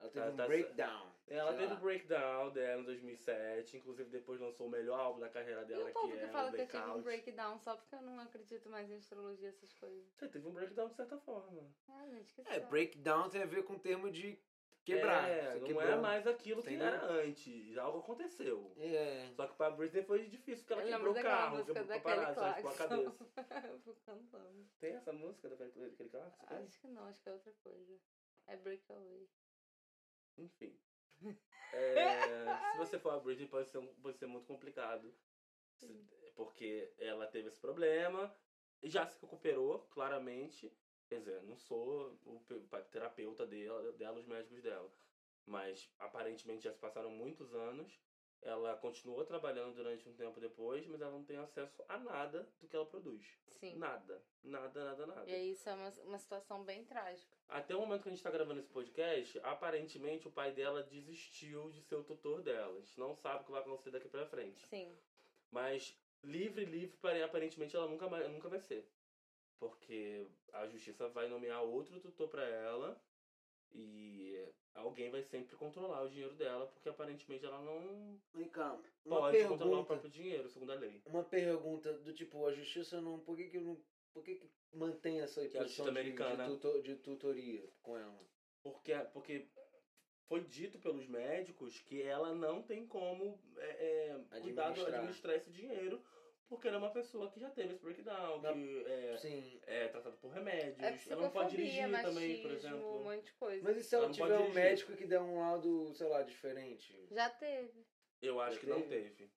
Ela teve
Tá-
um
tá-
breakdown.
Ela
sei
teve
lá.
o breakdown dela em 2007, inclusive depois lançou o melhor álbum da carreira
E
dela,
o povo
que
que
é
fala
o
que eu tive um
Blackout.
breakdown só porque eu não acredito mais em astrologia, essas coisas.
Você teve um breakdown de certa forma.
Ah, gente, que
É,
saco.
breakdown tem a ver com o termo de quebrar.
um É,
Você
não
quebrou.
é mais aquilo que
Entendeu?
era antes. Algo aconteceu.
É.
Só que pra Britney foi difícil, porque ela
Eu lembro
quebrou o
daquela
carro,
música
quebrou
da
pra
Kelly
parada, ela raspou a cabeça.
Clarkson. eu fico cantando.
Tem essa música da Kelly Clarkson? Tem?
Acho que não, acho que é outra coisa. É breakaway.
Enfim. É, se você for a Britney, pode ser, um- pode ser muito complicado. Se- Porque ela teve esse problema, já se recuperou, claramente. Quer dizer, não sou o pe- pa- terapeuta dela, dela, os médicos dela. Mas aparentemente já se passaram muitos anos. Ela continuou trabalhando durante um tempo depois, mas ela não tem acesso a nada do que ela produz.
Sim.
Nada. Nada, nada, nada.
E aí isso é uma, uma situação bem trágica.
Até o momento que a gente tá gravando esse podcast, aparentemente o pai dela desistiu de ser o tutor dela. A gente não sabe o que vai acontecer daqui pra frente.
Sim.
Mas livre, livre, pare- aparentemente ela nunca, mais- nunca vai ser. Porque a justiça vai nomear outro tutor pra ela e alguém vai sempre controlar o dinheiro dela, porque aparentemente ela não
Vem cá, uma
pode controlar o
pergunta.
próprio dinheiro, segundo a lei.
Uma pergunta do tipo, a justiça não. Por que, que não. Por que, que mantém essa
Que é a
posição de,
justiça americana.
de, tuto- de tutoria com ela?
Porque, porque foi dito pelos médicos que ela não tem como é, é, cuidar do-
Administrar.
administrar esse dinheiro, porque ela é uma pessoa que já teve esse breakdown,
Não.
que é,
Sim.
é tratada por remédios.
É
ela não pode dirigir
psicofobia, machismo,
também, por
um
exemplo.
monte de coisa.
Mas e se ela
Ela não pode
tiver um
dirigir.
médico que der um laudo, sei lá, diferente?
Já teve.
Eu acho
Já
que não
teve?
teve.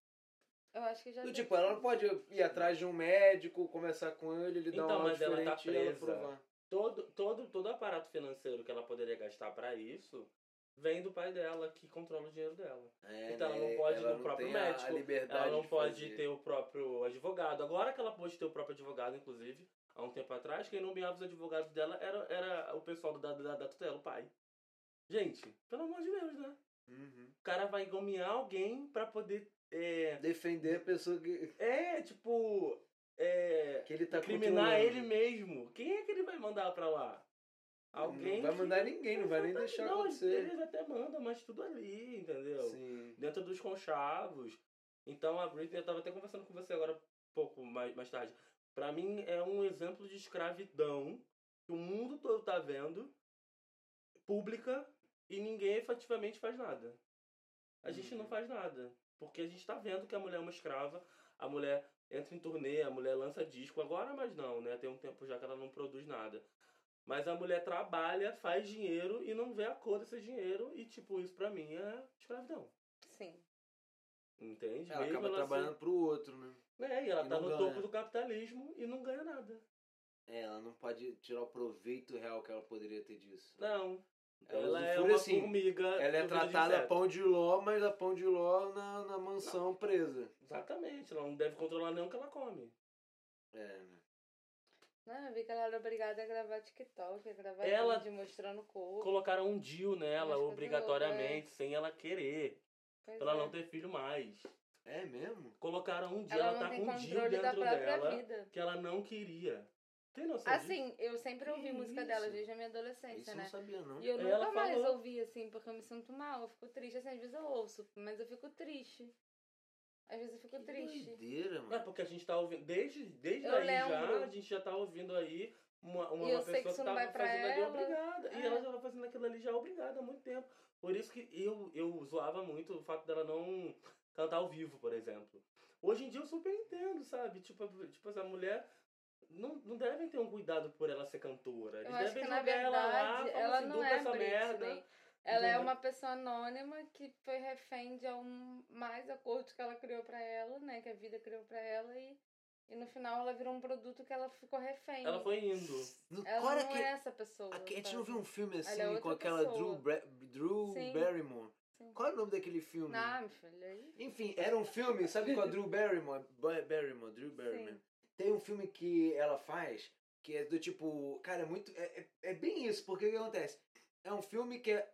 Eu acho que já
Do
teve.
tipo, ela não pode ir atrás de um médico, conversar com ele, ele dar
Então,
um laudo
mas ela tá
diferente e ela
presa.
provar.
Todo, todo, todo aparato financeiro que ela poderia gastar pra isso vem do pai dela, que controla o dinheiro dela.
É,
Então ela não pode ir no próprio
tem a- a
médico,
liberdade
Ela não
de
pode
fazer.
ter o próprio advogado. Agora que ela pôde ter o próprio advogado, inclusive, há um tempo atrás, quem nomeava os advogados dela era, era o pessoal da, da, da tutela, o pai. Gente, pelo amor de Deus, né?
Uhum.
O cara vai gomear alguém pra poder. É,
Defender a pessoa que,
é tipo. É,
que ele tá
criminar
controlando.
ele mesmo. Quem é que ele vai mandar pra lá? Alguém.
Não vai
que-
mandar ninguém, não vai nem
Exatamente.
deixar
Não,
acontecer.
Eles até mandam, mas tudo ali, entendeu?
Sim.
dentro dos conchavos. Então a Britney, eu tava até conversando com você agora pouco mais, mais tarde. Pra mim é um exemplo de escravidão que o mundo todo tá vendo, pública, e ninguém efetivamente faz nada. A gente não
Uhum.
faz nada. Porque a gente tá vendo que a mulher é uma escrava, a mulher entra em turnê, a mulher lança disco, agora mas não, né? Tem um tempo já que ela não produz nada. Mas a mulher trabalha, faz dinheiro e não vê a cor desse dinheiro, e tipo, isso pra mim é escravidão.
Sim.
Entende?
Ela
Mesmo
acaba
ela
trabalhando pro outro, né?
Assim, é, e ela
e
tá
não
no
ganha.
topo do capitalismo e não ganha nada.
É, ela não pode tirar o proveito real que ela poderia ter disso.
Não.
Ela
Ela é
usufrui
uma
assim,
formiga.
Ela é
do vídeo de
tratada a
inseto.
pão de ló, mas a pão de ló na, na mansão presa.
Exatamente, ela não deve controlar nem o que ela come.
É, né?
Não, eu vi que ela era obrigada a gravar TikTok, a gravar
Ela-
vídeo mostrando o corpo.
Colocaram um Dil nela,
Mas foi
obrigatoriamente, sem ela querer.
é Pois
Pra ela
é.
não ter filho mais.
É mesmo?
Colocaram um Dil,
Ela
ela,
não
tá
tem
com um Dil
controle da
dentro
própria
dela
vida.
que ela não queria. Tem noção disso?
Assim, eu sempre ouvi
Que
música
isso?
dela desde a minha
Isso
adolescência,
eu
né?
não sabia, não.
E eu
Hum? Ela
nunca mais
falou.
ouvi, assim, porque eu me sinto mal, eu fico triste. Assim, às vezes eu ouço, mas eu fico triste. Às vezes eu fico
Que
triste.
doideira,
É
mano.
porque a gente tá ouvindo. Desde, desde
Eu
aí
lembro.
já, a gente já tá ouvindo aí uma, uma,
E eu
uma
sei que
pessoa
isso
que
não
tava
vai pra
fazendo ali
ela.
obrigada. E
É.
ela já tava fazendo aquilo ali já obrigada há muito tempo. Por isso que eu, eu zoava muito o fato dela não cantar ao vivo, por exemplo. Hoje em dia eu super entendo, sabe? Tipo, tipo essa mulher. Não, não devem ter um cuidado por ela ser cantora.
Eu
Eles
acho
devem
que, na
jogar ela lá,
verdade,
falar
ela
assim,
não
dubla
é
essa
Britney.
merda.
Ela é
entendeu?
uma pessoa anônima que foi refém de um mais acordo que ela criou pra ela, né? Que a vida criou pra ela e, e no final ela virou um produto que ela ficou refém.
Ela foi indo.
No-
Ela
Olha
não
que...
é essa pessoa.
a, a gente
sabe?
não viu um filme assim
é
com
outra
aquela Drew,
pessoa.
Bra- Drew
Sim.
Barrymore?
Sim.
Qual é o nome daquele filme?
Não, meu filho, Ah, aí.
Enfim, era um filme, sabe com a Drew Barrymore? Ba- Barrymore, Drew Barrymore. Tem um filme que ela faz que é do tipo. Cara, é muito. É, é, é bem isso, porque o que acontece? É um filme que é-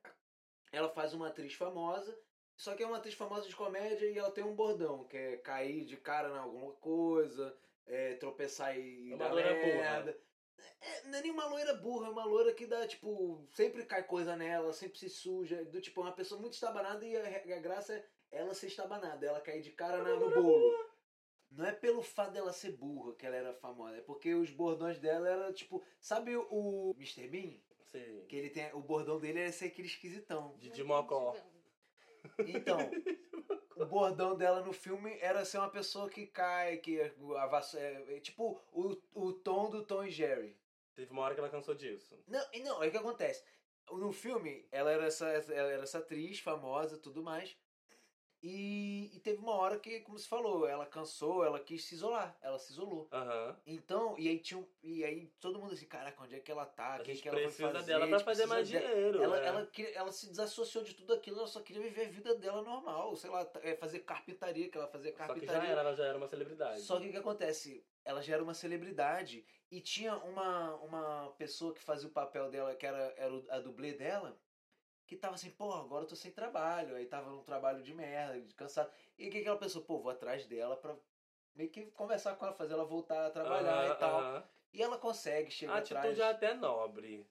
ela faz uma atriz famosa, só que é uma atriz famosa de comédia e ela tem um bordão, que é cair de cara em alguma coisa, é, tropeçar e
É uma
dar
loira burra.
merda. É, não é nem uma loira burra, é uma loira que dá, tipo, sempre cai coisa nela, sempre se suja, do tipo, é uma pessoa muito estabanada e a, a graça é ela ser estabanada, ela cair de cara na- no bolo. Não é pelo fato dela ser burra que ela era famosa, é porque os bordões dela era tipo. Sabe o Mr. Bean?
Sim.
Que ele tem. O bordão dele era ser aquele esquisitão.
Didi Mocó.
Então, o bordão dela no filme era ser uma pessoa que cai, que a vasso- é, é tipo o, o tom do Tom e Jerry.
Teve uma hora que ela cansou disso.
Não, e não, é o que acontece. No filme, ela era essa, ela era essa atriz famosa tudo mais. E, e teve uma hora que, como se falou, ela cansou, ela quis se isolar. Ela se isolou.
Aham.
Então, e aí tinha um, E aí todo mundo assim, caraca, onde é que ela tá?
A
O que,
gente
que ela foi
precisa
fazer?
dela
A gente
pra fazer
precisa
mais
dela."
dinheiro.
Ela,
né?
ela, queria- ela se desassociou de tudo aquilo, ela só queria viver a vida dela normal. Sei lá, é, fazer carpintaria, que ela fazia
Só que
carpintaria.
já era, ela já era uma celebridade.
Só que o que acontece? Ela já era uma celebridade e tinha uma, uma pessoa que fazia o papel dela, que era, era o- a dublê dela, que tava assim, pô, agora eu tô sem trabalho. Aí tava num trabalho de merda, de cansado. E o que que ela pensou? Pô, vou atrás dela pra meio que conversar com ela, fazer ela voltar a trabalhar
Aham,
e tal.
aham.
E ela consegue
A
chegar atrás.
atitude é até nobre,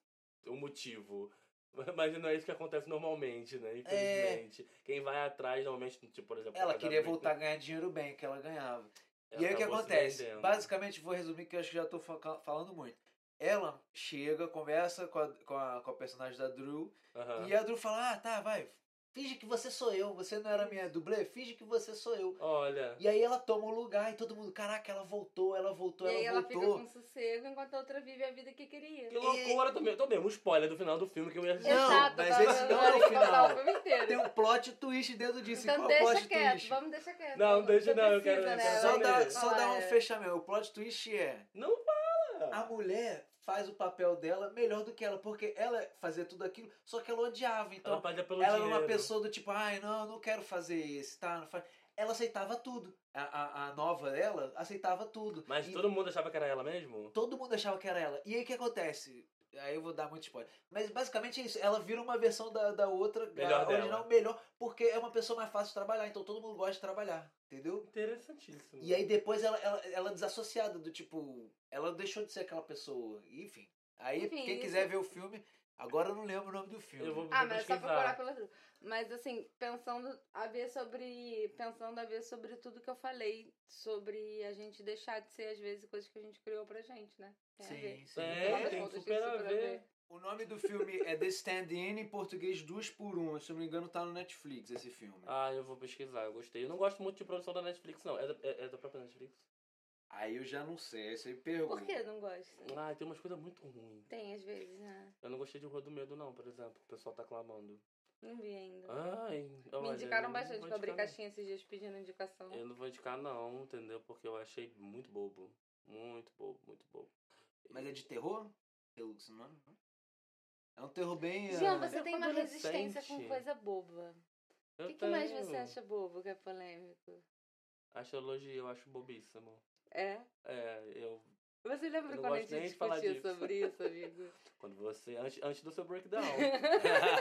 o motivo. Mas não é isso que acontece normalmente, né? Infelizmente. Quem vai atrás, normalmente, tipo, por exemplo...
É. Ela
a
queria
Britney,
voltar a ganhar dinheiro bem, que ela ganhava.
ela
e aí o que
acabou se
acontece?
vendendo. né?
Basicamente, vou resumir que eu acho que já tô foca- falando muito. Ela chega, conversa com a, com a, com a personagem da Drew,
Aham.
E a Drew fala, ah, tá, vai. Finge que você sou eu. Você não era minha dublê? Finge que você sou eu.
Olha,
E aí ela toma o lugar e todo mundo, caraca, ela voltou, ela
Então
voltou,
E aí
ela
ela fica
voltou.
com sossego enquanto a outra vive a vida que queria.
que loucura também. Eu tomei um spoiler do final do filme que eu ia assistir.
Não,
Exato,
mas
agora
esse
eu
não
vou
é o
contar
final.
filme inteiro.
Tem um plot twist dentro disso. E
Então
Qual é o
deixa
plot
quieto,
twist?
vamos deixar quieto.
Não,
vamos-
deixa-
você
não, eu
precisa,
quero-
né?
Só
Só
Eu
dá,
quero
beleza.
só
falar,
dá um
é.
fechamento. O plot twist é...
Não
A
fala!
mulher faz o papel dela melhor do que ela. Porque ela fazia tudo aquilo, só que ela odiava. Então
Ela paga pelo
ela
dinheiro.
era uma pessoa do tipo, ai, não, não quero fazer esse, tá? Não faz... Ela aceitava tudo. A, a, a nova dela aceitava tudo.
Mas
E-
todo mundo achava que era ela mesmo?
Todo mundo achava que era ela. E aí o que acontece? Aí eu vou dar muito spoiler. Mas basicamente é isso. Ela vira uma versão da, da outra,
Melhor
a
dela.
original, melhor, porque é uma pessoa mais fácil de trabalhar. Então todo mundo gosta de trabalhar, entendeu?
Interessantíssimo.
E aí depois ela, ela, ela é desassociada do tipo. Ela deixou de ser aquela pessoa. Enfim. Aí
Enfim,
quem
isso.
quiser ver o filme. Agora eu não lembro o nome do filme.
Eu vou,
Ah,
vou
mas é só
pesquisar.
procurar pela Drew. Mas assim, pensando a ver sobre. Pensando a ver sobre tudo que eu falei, sobre a gente deixar de ser, às vezes, coisas que a gente criou pra gente, né? Tem a ver.
Sim, sim.
É,
Afinal das
tem
contas,
super a ver.
O nome do filme é The Stand-In em português 2 por 1 Se eu não me engano, tá no Netflix esse filme.
Ah, eu vou pesquisar, eu gostei. Eu não gosto muito de produção da Netflix, não. É da, é- é da própria Netflix?
Aí eu já não sei, você me pergunta.
Por que eu não gosto?
Ah, tem umas coisas muito ruins.
Tem, às vezes, né?
Eu não gostei de Rua do Medo, não, por exemplo. O pessoal tá clamando.
Não vi ainda.
Ai,
Me
olha, eu
indicaram
Ah, não
bastante
vou
pra abrir
indicar,
caixinha esses dias pedindo indicação.
não. Eu não vou indicar, não, entendeu? Porque eu achei muito bobo. Muito bobo, muito bobo.
Mas é de terror? Pelo que se não é. um terror bem.
Jean,
ah,
você
Eu
tem uma
adolescente.
resistência com coisa boba. O
Eu
que, que mais
tenho.
você acha bobo que é polêmico?
Acho elogio, eu acho bobíssimo.
É?
É, eu.
Você lembra
Eu não
quando a
gosto nem
gente
de falar
discutiu
disso.
sobre isso, amigo?
Quando você. Antes, antes do seu breakdown.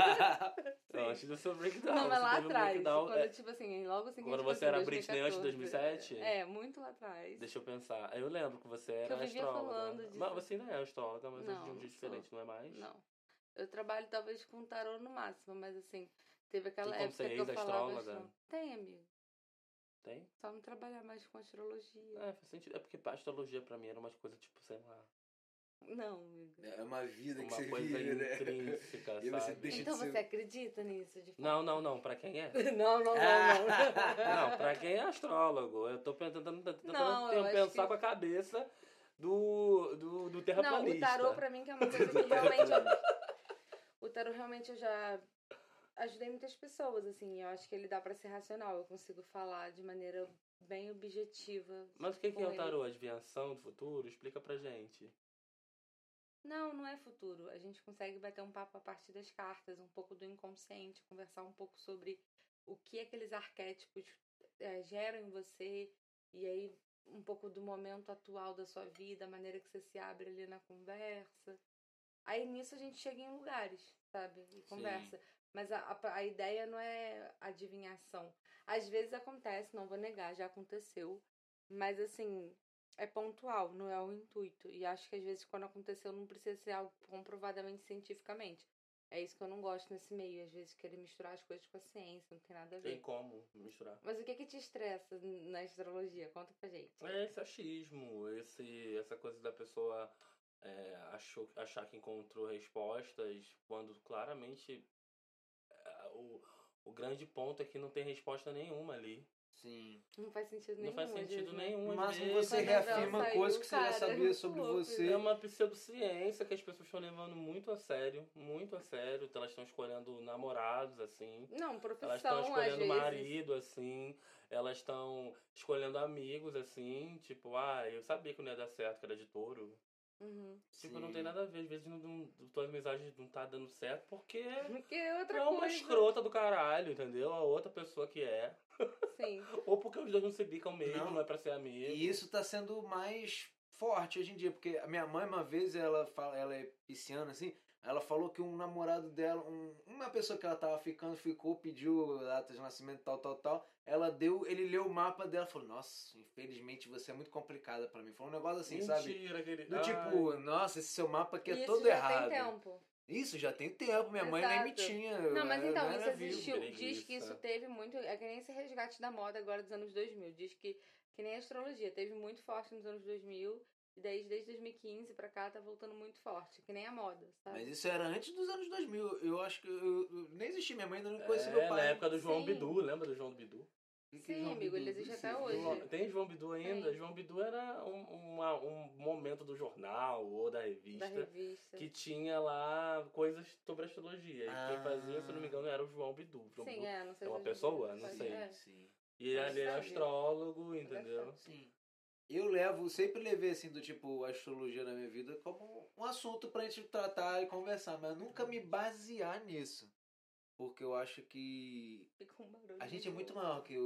Não, antes do seu breakdown.
Não, mas
você
lá
teve um
atrás.
breakdown,
Quando,
é,
tipo assim, logo assim que a
quando
gente
você era
conseguiu,
Britney antes de
2014.
2007?
É, muito lá atrás.
Deixa eu pensar. Eu lembro que você era
eu vivia
astróloga.
falando disso.
Mas você ainda é astróloga, mas hoje de
Não,
um
não sou.
dia diferente, não é mais?
Não. Eu trabalho talvez com tarô no máximo, mas assim, teve aquela
Tem Tipo, como
época
ser
que eu falava
ex-astróloga?
astro- Tem, amigo.
Tem?
Só não trabalhar mais com astrologia.
É, faz sentido. É porque a astrologia pra mim era umas coisas tipo, sei lá. Ah.
Não, amigo. Então
É uma vida que
Uma
você
coisa
vive, né?
intrínseca,
E você
sabe?
deixa- de
Então
ser-
você acredita nisso? De
Não, não, não. Pra quem é?
fato? não, não, não, não.
Não, pra quem é astrólogo, eu tô pensando, tentando, tentando
Não, eu acho
pensar
que-
com a cabeça do, do, do
Não, o
terraplanista.
tarô pra mim que é uma coisa que realmente eu O tarot realmente eu já ajudei muitas pessoas, assim. Eu acho que ele dá pra ser racional. Eu consigo falar de maneira bem objetiva.
Mas o que, que é
com
o
ele.
tarô? Adivinhação do futuro? Explica pra gente.
Não, não é futuro. A gente consegue bater um papo a partir das cartas, um pouco do inconsciente, conversar um pouco sobre o que aqueles arquétipos eh, geram em você e aí um pouco do momento atual da sua vida, a maneira que você se abre ali na conversa. Aí nisso a gente chega em lugares, sabe? E conversa. Mas a, a, a ideia não é adivinhação. Às vezes acontece, não vou negar, já aconteceu. Mas assim, é pontual, não é o intuito. E acho que às vezes quando aconteceu não precisa ser algo comprovadamente cientificamente. É isso que eu não gosto nesse meio. Às vezes querer misturar as coisas com a ciência, não tem nada a ver.
Tem como misturar.
Mas o que que te estressa na astrologia? Conta pra gente.
É esse achismo, esse, essa coisa da pessoa é, achou, achar que encontrou respostas, quando claramente é, o, o grande ponto é que não tem resposta nenhuma ali.
Sim.
Não faz sentido nenhum.
não faz
às
sentido
vezes, né?
nenhum.
No
às
máximo
vezes.
você
Quando ela
reafirma
saiu,
coisas que você já
cara,
sabia sobre
louco,
você.
É uma pseudociência que as pessoas estão levando muito a sério, muito a sério. Então, elas estão escolhendo namorados, assim.
Não,
Elas estão
profissão, às
escolhendo
vezes.
marido, assim. Elas estão escolhendo amigos, assim. Tipo, ah, eu sabia que não ia dar certo, que era de touro.
Uhum.
Tipo, não
Sim.
tem nada a ver. Às vezes, não, não, tuas mensagens não tá dando certo porque...
Porque é
tu
outra
É uma
coisa.
escrota do caralho, entendeu? A outra pessoa que é.
Sim.
Ou porque os dois não se bicam mesmo,
Não.
não, é pra ser amigo.
E isso tá sendo mais forte hoje em dia, porque a minha mãe uma vez ela fala, ela é pisciana assim, ela falou que um namorado dela, um- uma pessoa que ela tava ficando, ficou, pediu data de nascimento tal, tal, tal. Ela deu, ele leu o mapa dela, falou: "Nossa, infelizmente você é muito complicada pra mim". Foi um negócio assim, sabe?
Mentira, aquele...
Do
Ai,
tipo, nossa, esse seu mapa aqui é
E isso
todo
já
errado.
tem tempo.
Isso já tem tempo, minha mãe nem
Exato.
me tinha.
Não, mas
eu
então,
não
isso
era vivo.
existiu.
preguiça.
Diz que isso teve muito. É que nem esse resgate da moda agora dos anos 2000. Diz que, que nem a astrologia. Teve muito forte nos anos 2000. E daí, desde 2015 pra cá, tá voltando muito forte. Que nem a moda, sabe?
Mas isso era antes dos anos 2000. Eu acho que eu, eu- nem existia minha mãe, ainda não conhecia
É,
meu pai.
na época do João
Sim.
Bidu, lembra do João do Bidu?
Que que
Sim,
João
amigo, ele
Bidu?
existe
Esse
até
João-
hoje.
Tem João Bidu ainda?
Tem.
João Bidu era um, uma- um momento do jornal ou da
Da
revista,
revista.
é que tinha lá coisas sobre astrologia. E
Ah.
quem fazia, se não me engano, era o João Bidu. João
Sim,
Bidu.
é, não sei
é
se
uma
eu-
pessoa, não
faz-
sei.
é.
Sim,
E ele,
Mas
era
sabia.
astrólogo, entendeu?
sim. Eu levo, sempre levei assim, do tipo, a astrologia na minha vida como um assunto pra gente tratar e conversar, mas nunca me basear nisso. Porque eu acho que
Fica um barulho
a gente
de
é muito
novo.
maior que o,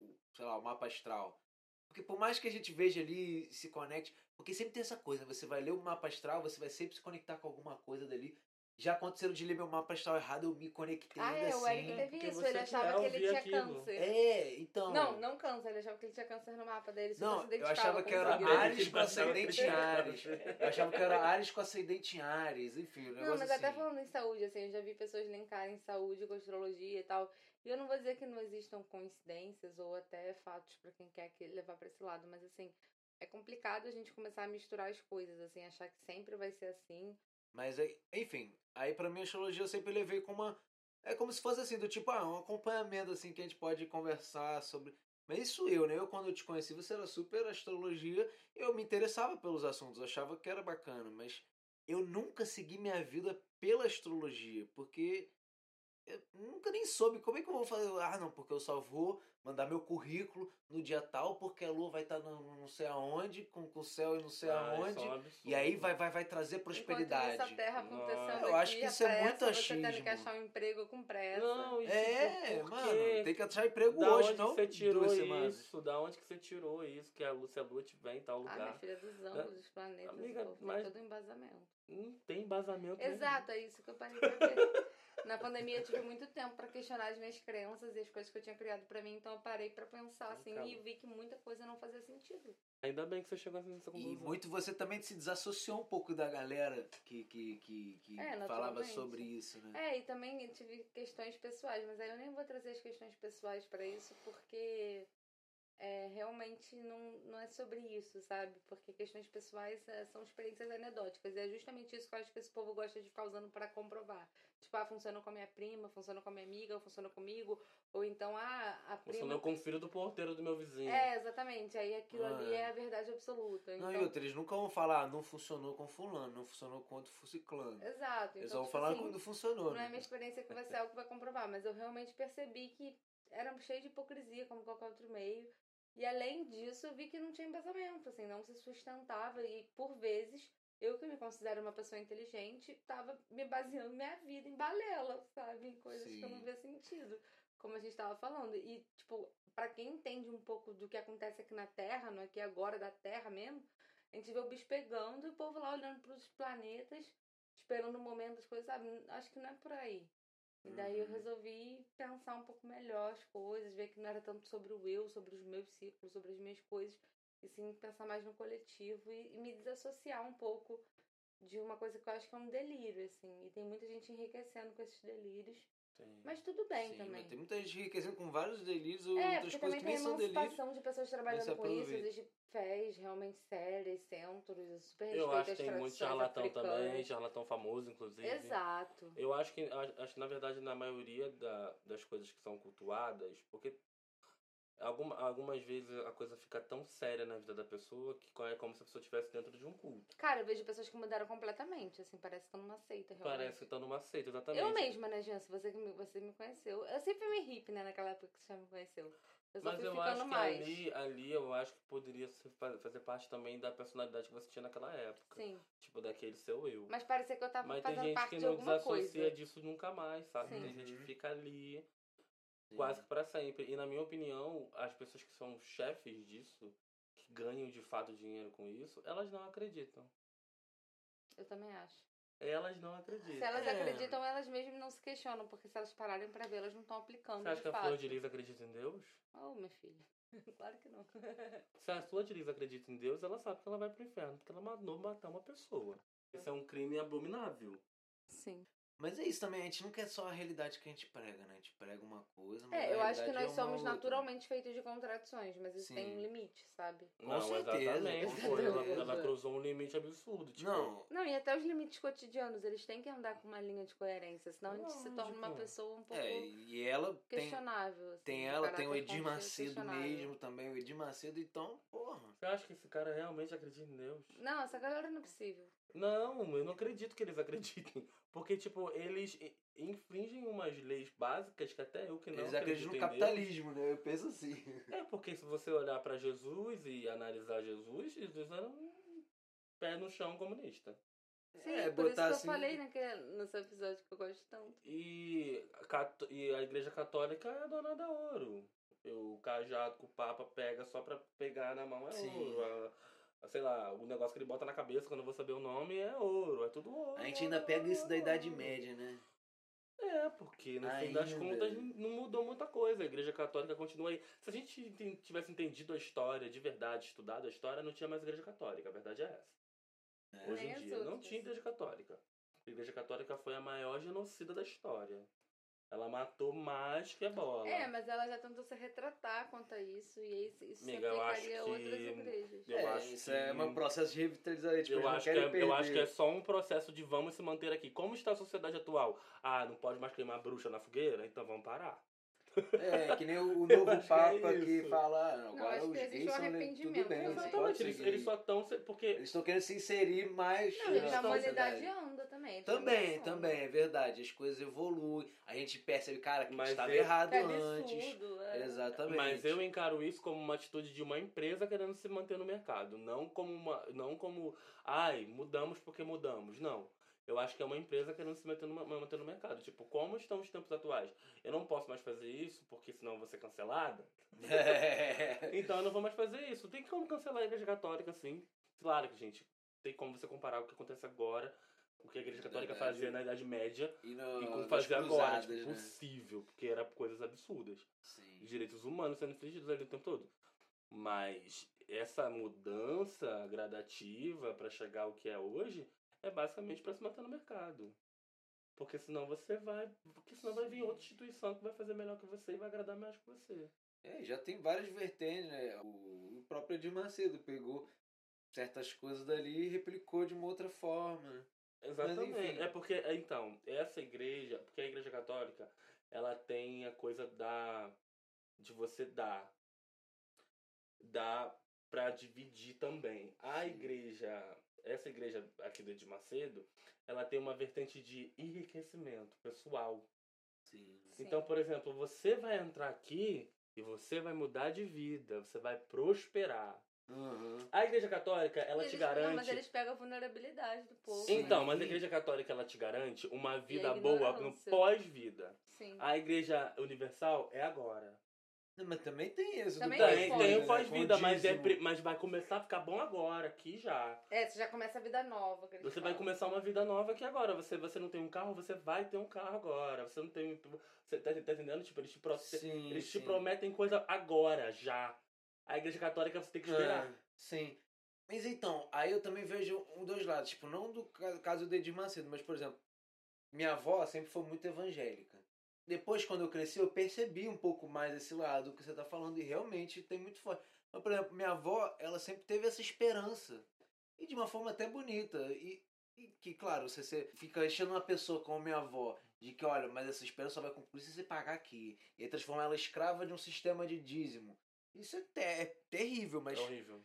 o- sei lá, o mapa astral. Porque por mais que a gente veja ali, se conecte, porque sempre tem essa coisa, né? você vai ler o mapa astral, você vai sempre se conectar com alguma coisa dali. Já aconteceu de ler meu mapa astral errado, eu me conectei
Ah,
ainda
é, o Eric
assim.
teve
porque
isso.
você
Ele
quer
achava que ele
ouvir
tinha
aquilo.
câncer.
É, então.
Não, não câncer. Ele achava que ele tinha câncer no mapa dele. super
Não,
se
eu
identificava
achava
com
que era
isso.
Ares com ascendente em Ares. Eu achava que era Ares com ascendente em Ares, enfim, um negócio
Não, mas
assim.
até falando em saúde, assim, eu já vi pessoas linkarem saúde com astrologia e tal. E eu não vou dizer que não existam coincidências ou até fatos pra quem quer que levar pra esse lado, mas assim, é complicado a gente começar a misturar as coisas, assim, achar que sempre vai ser assim.
Mas, aí, enfim, aí pra mim a astrologia eu sempre levei com uma... É como se fosse assim, do tipo, ah, um acompanhamento, assim, que a gente pode conversar sobre... Mas isso eu, né? Eu, quando eu te conheci, você era super astrologia. Eu me interessava pelos assuntos, eu achava que era bacana. Mas eu nunca segui minha vida pela astrologia, porque... eu nunca nem soube como é que eu vou fazer. Ah, não, porque eu só vou mandar meu currículo no dia tal, porque a lua vai estar no não sei aonde, com, com o céu e não sei
Ah, isso
aonde.
é um absurdo.
E aí vai, vai, vai trazer
Enquanto isso, a
prosperidade.
terra
Não.
acontecendo
Eu
aqui,
acho que isso é
a pressa,
muito
Você tendo
achismo.
que achar um emprego com pressa.
Não, e, tipo,
É,
por
mano,
quê?
tem que achar emprego
da
hoje,
onde
não
você tirou
duas semanas.
isso? Da onde que você tirou isso? Que a lua, se a lua te vem em tal
Ah, minha
lugar.
filha, dos ângulos, dos planetas,
Amiga,
o povo tem
mas-
todo um embasamento.
Não tem embasamento. nenhum.
Exato, é isso que eu parei pra ver. Na pandemia eu tive muito tempo pra questionar as minhas crenças e as coisas que eu tinha criado pra mim, então eu parei pra pensar assim
Acaba.
e vi que muita coisa não fazia sentido.
Ainda bem que você chegou nessa
E
conclusão.
muito você também se desassociou um pouco da galera que, que, que, que
É,
falava
naturalmente.
sobre isso, né?
É, e também eu tive questões pessoais, mas aí eu nem vou trazer as questões pessoais pra isso porque é, realmente não, não é sobre isso, sabe? Porque questões pessoais é, são experiências anedóticas e é justamente isso que eu acho que esse povo gosta de ficar usando pra comprovar. Tipo, ah, funcionou com a minha prima, funcionou com a minha amiga, ou funcionou comigo, ou então, ah, a
Você
prima
não confira do porteiro do meu vizinho.
É, exatamente. Aí aquilo ali
Ah, é.
é a verdade absoluta. Então,
Não, e outra, eles nunca vão falar, ah, não funcionou com fulano, não funcionou com outro fuciclano.
Exato.
Eles
Então,
vão
tipo
falar
assim,
quando funcionou,
Não é
né?
minha experiência que vai ser algo que vai comprovar, mas eu realmente percebi que era cheio de hipocrisia, como qualquer outro meio. E além disso, eu vi que não tinha embasamento, assim, não se sustentava. E por vezes, eu que me considero uma pessoa inteligente, tava me baseando minha vida em balela, sabe? Em coisas que eu não
Sim.
via sentido. Como a gente tava falando. E, tipo, pra quem entende um pouco do que acontece aqui na Terra, no aqui e agora da Terra mesmo, a gente vê o bicho pegando e o povo lá olhando pros planetas, esperando o momento das coisas, sabe? Acho que não é por aí. E daí eu
Uhum.
resolvi pensar um pouco melhor as coisas, ver que não era tanto sobre o eu, sobre os meus ciclos, sobre as minhas coisas, e sim pensar mais no coletivo e, e me desassociar um pouco de uma coisa que eu acho que é um delírio, assim. E tem muita gente enriquecendo com esses delírios.
Tem.
Mas tudo bem
Sim,
também.
mas tem muita gente enriquecendo com vários delírios ou
É,
outras
porque
coisas
também
que
tem
nem são delírios.
emancipação de pessoas
se
é
trabalhando com isso,
aproveita.
existe fés realmente sérias, centros, super respeito
Eu acho
às
que tem muito
tradições
charlatão
africanas.
também, charlatão famoso, inclusive.
Exato.
Eu acho que, a- acho, que, na verdade, na maioria da- das coisas que são cultuadas, porque alguma, algumas vezes a coisa fica tão séria na vida da pessoa que co- é como se a pessoa estivesse dentro de um culto.
Cara, eu vejo pessoas que mudaram completamente, assim, parece que estão numa seita, realmente.
Parece que tá numa seita, exatamente.
Eu mesma, né, Jean? Se você, que me- você me conheceu. Eu sempre me hippie, né, naquela época que você me conheceu. Eu só
Mas
fui
eu
ficando
acho que é
mais.
ali, ali eu acho que poderia ser- fa- fazer parte também da personalidade que você tinha naquela época.
Sim.
Tipo, daquele seu eu.
Mas parecia que eu tava
Mas tem
fazendo
gente
parte
que
de
não
alguma
desassocia
coisa.
disso nunca mais, sabe?
Sim.
Tem gente que
Uhum.
fica ali quase que pra sempre. E na minha opinião, as pessoas que são chefes disso, que ganham de fato dinheiro com isso, elas não acreditam.
Eu também acho.
Elas não
Se
acreditam.
elas
É.
acreditam, elas mesmas não se questionam, porque se elas pararem pra ver, elas não estão aplicando.
Você acha que
de
a
fato.
Flor de Lis acredita em Deus?
Oh, minha filha. claro que não.
Se a Flor de Lis acredita em Deus, ela sabe que ela vai pro inferno, porque ela mandou matar uma pessoa. Isso é um crime abominável.
Sim.
Mas é isso também, a gente não quer só a realidade que a gente prega, né? A gente prega uma coisa, mas
É,
a
eu acho que
realidade
nós
é uma
somos
outra.
naturalmente feitos de contradições, mas isso tem
Sim.
um limite, sabe?
Com
não,
certeza,
exatamente.
com
pô, ela,
certeza.
ela cruzou um limite absurdo. Tipo,
Não,
Não, e até os limites cotidianos, eles têm que andar com uma linha de coerência, senão a gente se torna uma
Lógico.
pessoa um pouco
é, e ela tem,
questionável. assim,
tem
de
ela, tem o
caráter
Edir
constante
Macedo
questionável.
mesmo também, o Edir Macedo, então, porra.
Você acha que esse cara realmente acredita em Deus?
Não, essa galera não é possível.
Não, eu não acredito que eles acreditem. Porque, tipo, eles i- infringem umas leis básicas que até eu que não
Eles
acredito
acreditam no
em
capitalismo, né? Eu penso assim.
Deus. É, porque se você olhar pra Jesus e analisar Jesus, Jesus era um pé no chão comunista.
Sim,
é,
por isso que
botar
eu
assim-
falei né? naquele, nesse episódio que eu gosto tanto.
E a, cato- e a igreja católica é dona da ouro. O cajado que o Papa pega só pra pegar na mão é
Sim.
ouro. A- a- sei lá, o negócio que ele bota na cabeça, quando eu vou saber o nome, é ouro. É tudo ouro.
A gente ainda
ouro,
pega isso
ouro,
da Idade
ouro.
Média, né?
É, porque no fim das
Ainda.
contas não mudou muita coisa. A igreja católica continua aí. Se a gente enten- tivesse entendido a história de verdade, estudado a história, não tinha mais igreja católica. A verdade é essa.
É.
Hoje
Nem
em
as
dia, não
outras.
tinha igreja católica. A igreja católica foi a maior genocida da história. Ela matou mais que a bola.
É, mas ela já tentou se retratar quanto a isso, e isso, isso
Amiga, eu acho
implicaria outras
que-
igrejas.
Eu
é,
acho
isso
que-
é um processo de revitalização. Tipo,
eu,
eles não
acho que
querem
é, eu acho que é
perder.
só um processo de vamos se manter aqui. Como está a sociedade atual? Ah, não pode mais queimar bruxa na fogueira? Então vamos parar.
É, que nem o, o
acho
novo
que é
Papa que,
isso.
fala, "Ah,
Não,
agora
acho
os
que
gays
existe um
são le- tudo
arrependimento.
bem.
Exatamente,
É, pode
Exatamente.
ser
Eles,
gay."
eles só estão. Porque
Eles estão querendo se inserir mais.
Não, gente,
na
a humanidade
sociedade.
anda também. ele
Também,
evolução.
também, é verdade. As coisas evoluem. A gente percebe, cara, que a gente
Mas
estava
é-
errado
Tá
antes.
absurdo, é.
Exatamente.
Mas eu encaro isso como uma atitude de uma empresa querendo se manter no mercado. Não como uma. Não como. Ai, mudamos porque mudamos. Não. Eu acho que é uma empresa querendo se manter no, manter no mercado. Tipo, como estão os tempos atuais? Eu não posso mais fazer isso porque senão eu vou ser cancelada. Então eu não vou mais fazer isso. Tem como cancelar a igreja católica, assim. Claro que, gente, tem como você comparar o que acontece agora, o que a igreja católica
Verdade.
fazia na Idade Média
e no,
e como
nas
fazer agora.
cruzadas,
Tipo,
né?
possível, porque era coisas absurdas
Sim.
direitos humanos sendo infringidos ali o tempo todo. Mas essa mudança gradativa para chegar ao que é hoje é basicamente para se manter no mercado. Porque senão você vai. Porque senão vai vir outra instituição que vai fazer melhor que você e vai agradar mais que você.
É, já tem várias vertentes, né? O, o próprio Edir Macedo pegou certas coisas dali e replicou de uma outra forma.
Exatamente.
enfim.
É porque, é, então, essa igreja, porque a igreja católica, ela tem a coisa da. de você dar. Dar pra dividir também. A
Sim.
igreja. Essa igreja aqui do Edir Macedo, ela tem uma vertente de enriquecimento pessoal.
Sim.
Sim.
Então, por exemplo, você vai entrar aqui e você vai mudar de vida, você vai prosperar. A igreja católica, ela
Eles-
te garante.
Não, mas eles pegam a vulnerabilidade do povo.
Sim.
Então,
né?
mas a igreja católica ela te garante uma vida
a
boa no
ignorância.
pós-vida.
Sim.
A igreja universal é agora.
Não, mas também tem isso.
Também
do
Tem,
pós-vida,
tem
né?
o pós-vida, mas, é,
Fondismo.
pri- mas vai começar a ficar bom agora, aqui já.
É, você já começa a vida nova. que eles
Você vai
falam.
começar uma vida nova aqui agora. Você, você não tem um carro, você vai ter um carro agora. Você não tem. Você tá, tá entendendo? Tipo, eles te, pro-
Sim,
eles te
sim.
prometem coisa agora, já. A igreja católica você tem que esperar.
É, sim. Mas então, aí eu também vejo um dois lados. Tipo, não do ca- caso do Edir Macedo, mas, por exemplo, minha avó sempre foi muito evangélica. Depois, quando eu cresci, eu percebi um pouco mais esse lado que você tá falando e realmente tem muito forte. Mas, Então, por exemplo, minha avó, ela sempre teve essa esperança. E de uma forma até bonita. E, e que, claro, você, você fica enchendo uma pessoa como minha avó de que, olha, mas essa esperança só vai cumprir se você pagar aqui. E aí transformar ela escrava de um sistema de dízimo. Isso é, te- é terrível, mas
É horrível.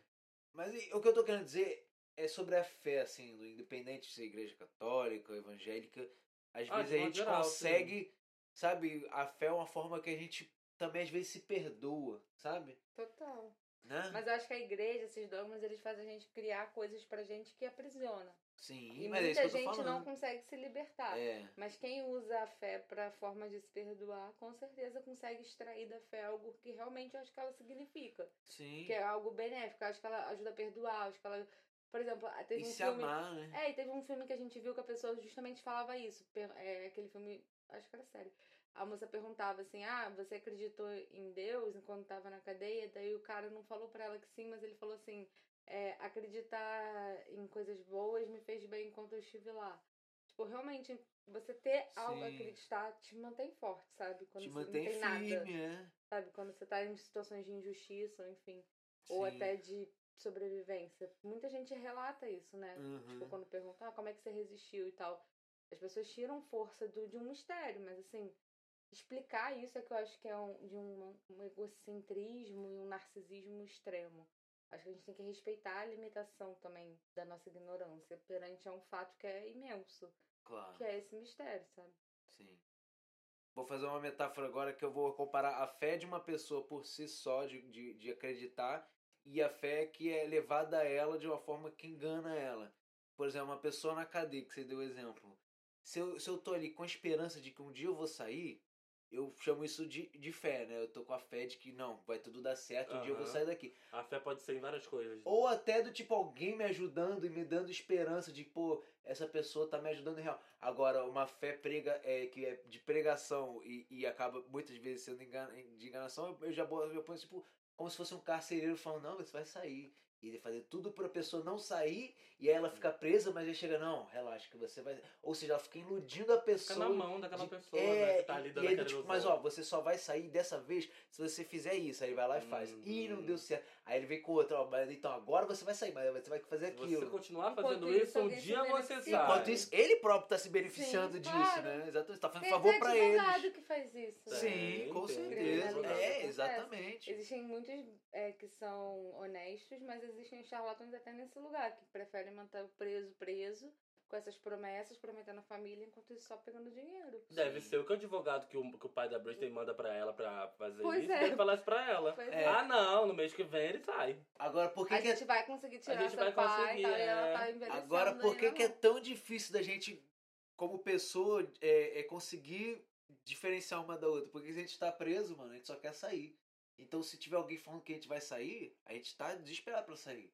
mas e- o que eu tô querendo dizer é sobre a fé, assim, do independente de ser igreja católica ou evangélica. Às
Ah,
vezes
de
a
modo
gente
geral,
consegue, sabe, a fé é uma forma que a gente também às vezes se perdoa, sabe?
Total.
Né?
Mas eu acho que a igreja, esses dogmas, eles fazem a gente criar coisas pra gente que aprisiona.
Sim,
E
mas é
muita
isso que eu tô
gente não
falando.
consegue se libertar.
É,
Mas quem usa a fé pra forma de se perdoar, com certeza consegue extrair da fé algo que realmente eu acho que ela significa.
sim.
Que é algo benéfico. Eu acho que ela ajuda a perdoar, eu acho que ela. Por exemplo, ah, teve
E
um
se
filme.
amar, né?
É, e teve um filme que a gente viu que a pessoa justamente falava isso. per- É, aquele filme, acho que era sério. A moça perguntava assim: Ah, você acreditou em Deus enquanto estava na cadeia? Daí o cara não falou pra ela que sim, mas ele falou assim: é, Acreditar em coisas boas me fez bem enquanto eu estive lá. Tipo, realmente, você ter algo a
Sim.
acreditar te mantém forte, sabe? Quando
Te
você
mantém
não tem nada.
firme, né?
Sabe? Quando você tá em situações de injustiça, ou enfim. Ou
Sim.
até de sobrevivência. Muita gente relata isso, né? Tipo,
Uhum.
quando perguntam ah, como é que você resistiu e tal. As pessoas tiram força do, de um mistério, mas assim, explicar isso é que eu acho que é um, de um, um egocentrismo e um narcisismo extremo. Acho que a gente tem que respeitar a limitação também da nossa ignorância perante a um fato que é imenso,
Claro,
que é esse mistério, sabe?
sim. Vou fazer uma metáfora agora que eu vou comparar a fé de uma pessoa por si só, de, de, de acreditar, e a fé que é levada a ela de uma forma que engana ela. Por exemplo, uma pessoa na cadeia, que você deu o exemplo. Se eu, se eu tô ali com a esperança de que um dia eu vou sair, eu chamo isso de, de fé, né? Eu tô com a fé de que não, vai tudo dar certo, um dia eu vou
Aham.
sair daqui.
A fé pode ser em várias coisas. né?
Ou até do tipo alguém me ajudando e me dando esperança de, pô, essa pessoa tá me ajudando em real. Agora, uma fé prega, é, que é de pregação e, e acaba muitas vezes sendo engana, de enganação, eu já bo- eu ponho tipo como se fosse um carcereiro falando, não, você vai sair. E ele fazer tudo pra pessoa não sair e aí ela fica presa, mas ele chega, não, relaxa, que você vai. Ou seja, ela fica iludindo a
Fica
pessoa.
na mão daquela
de-
pessoa, né?
é,
Que tá ali
e-
dando
e aí,
aquela
tipo,
ilusão.
mas ó, você só vai sair dessa vez se você fizer isso. Aí vai lá e faz. Ih, não
Uhum.
deu certo. Aí ele vem com outro, ó, mas então agora você vai sair, mas você vai fazer
Se você né?
aquilo.
continuar
Enquanto
fazendo
isso,
isso, um
alguém se
dia você
beneficia.
sai.
Enquanto isso, ele próprio tá se beneficiando
Sim,
disso,
claro.
né? Exatamente, tá fazendo
Tem
favor
até
pra
advogado
eles.
que faz isso. né?
Sim,
Tem,
com
tem,
certeza.
advogado.
É,
Acontece.
exatamente.
Existem muitos é, que são honestos, mas existem charlatões até nesse lugar, que preferem manter o preso preso com essas promessas, prometendo a família, enquanto isso só pegando dinheiro.
Deve
Sim.
ser o que o advogado que o, que o pai da Britney manda pra ela pra fazer
Pois
isso,
é.
deve falar isso pra ela.
Pois
É.
é.
Ah, não, no mês que vem ele sai.
Agora, por que,
A
que é
gente vai conseguir tirar
gente
seu
vai
pai e tal,
conseguir,
e ela
é.
tá envelhecendo.
Agora, por que,
ainda
que é
não.
tão difícil da gente, como pessoa, é, é conseguir diferenciar uma da outra? Porque a gente tá preso, mano, a gente só quer sair. Então, se tiver alguém falando que a gente vai sair, a gente tá desesperado pra sair.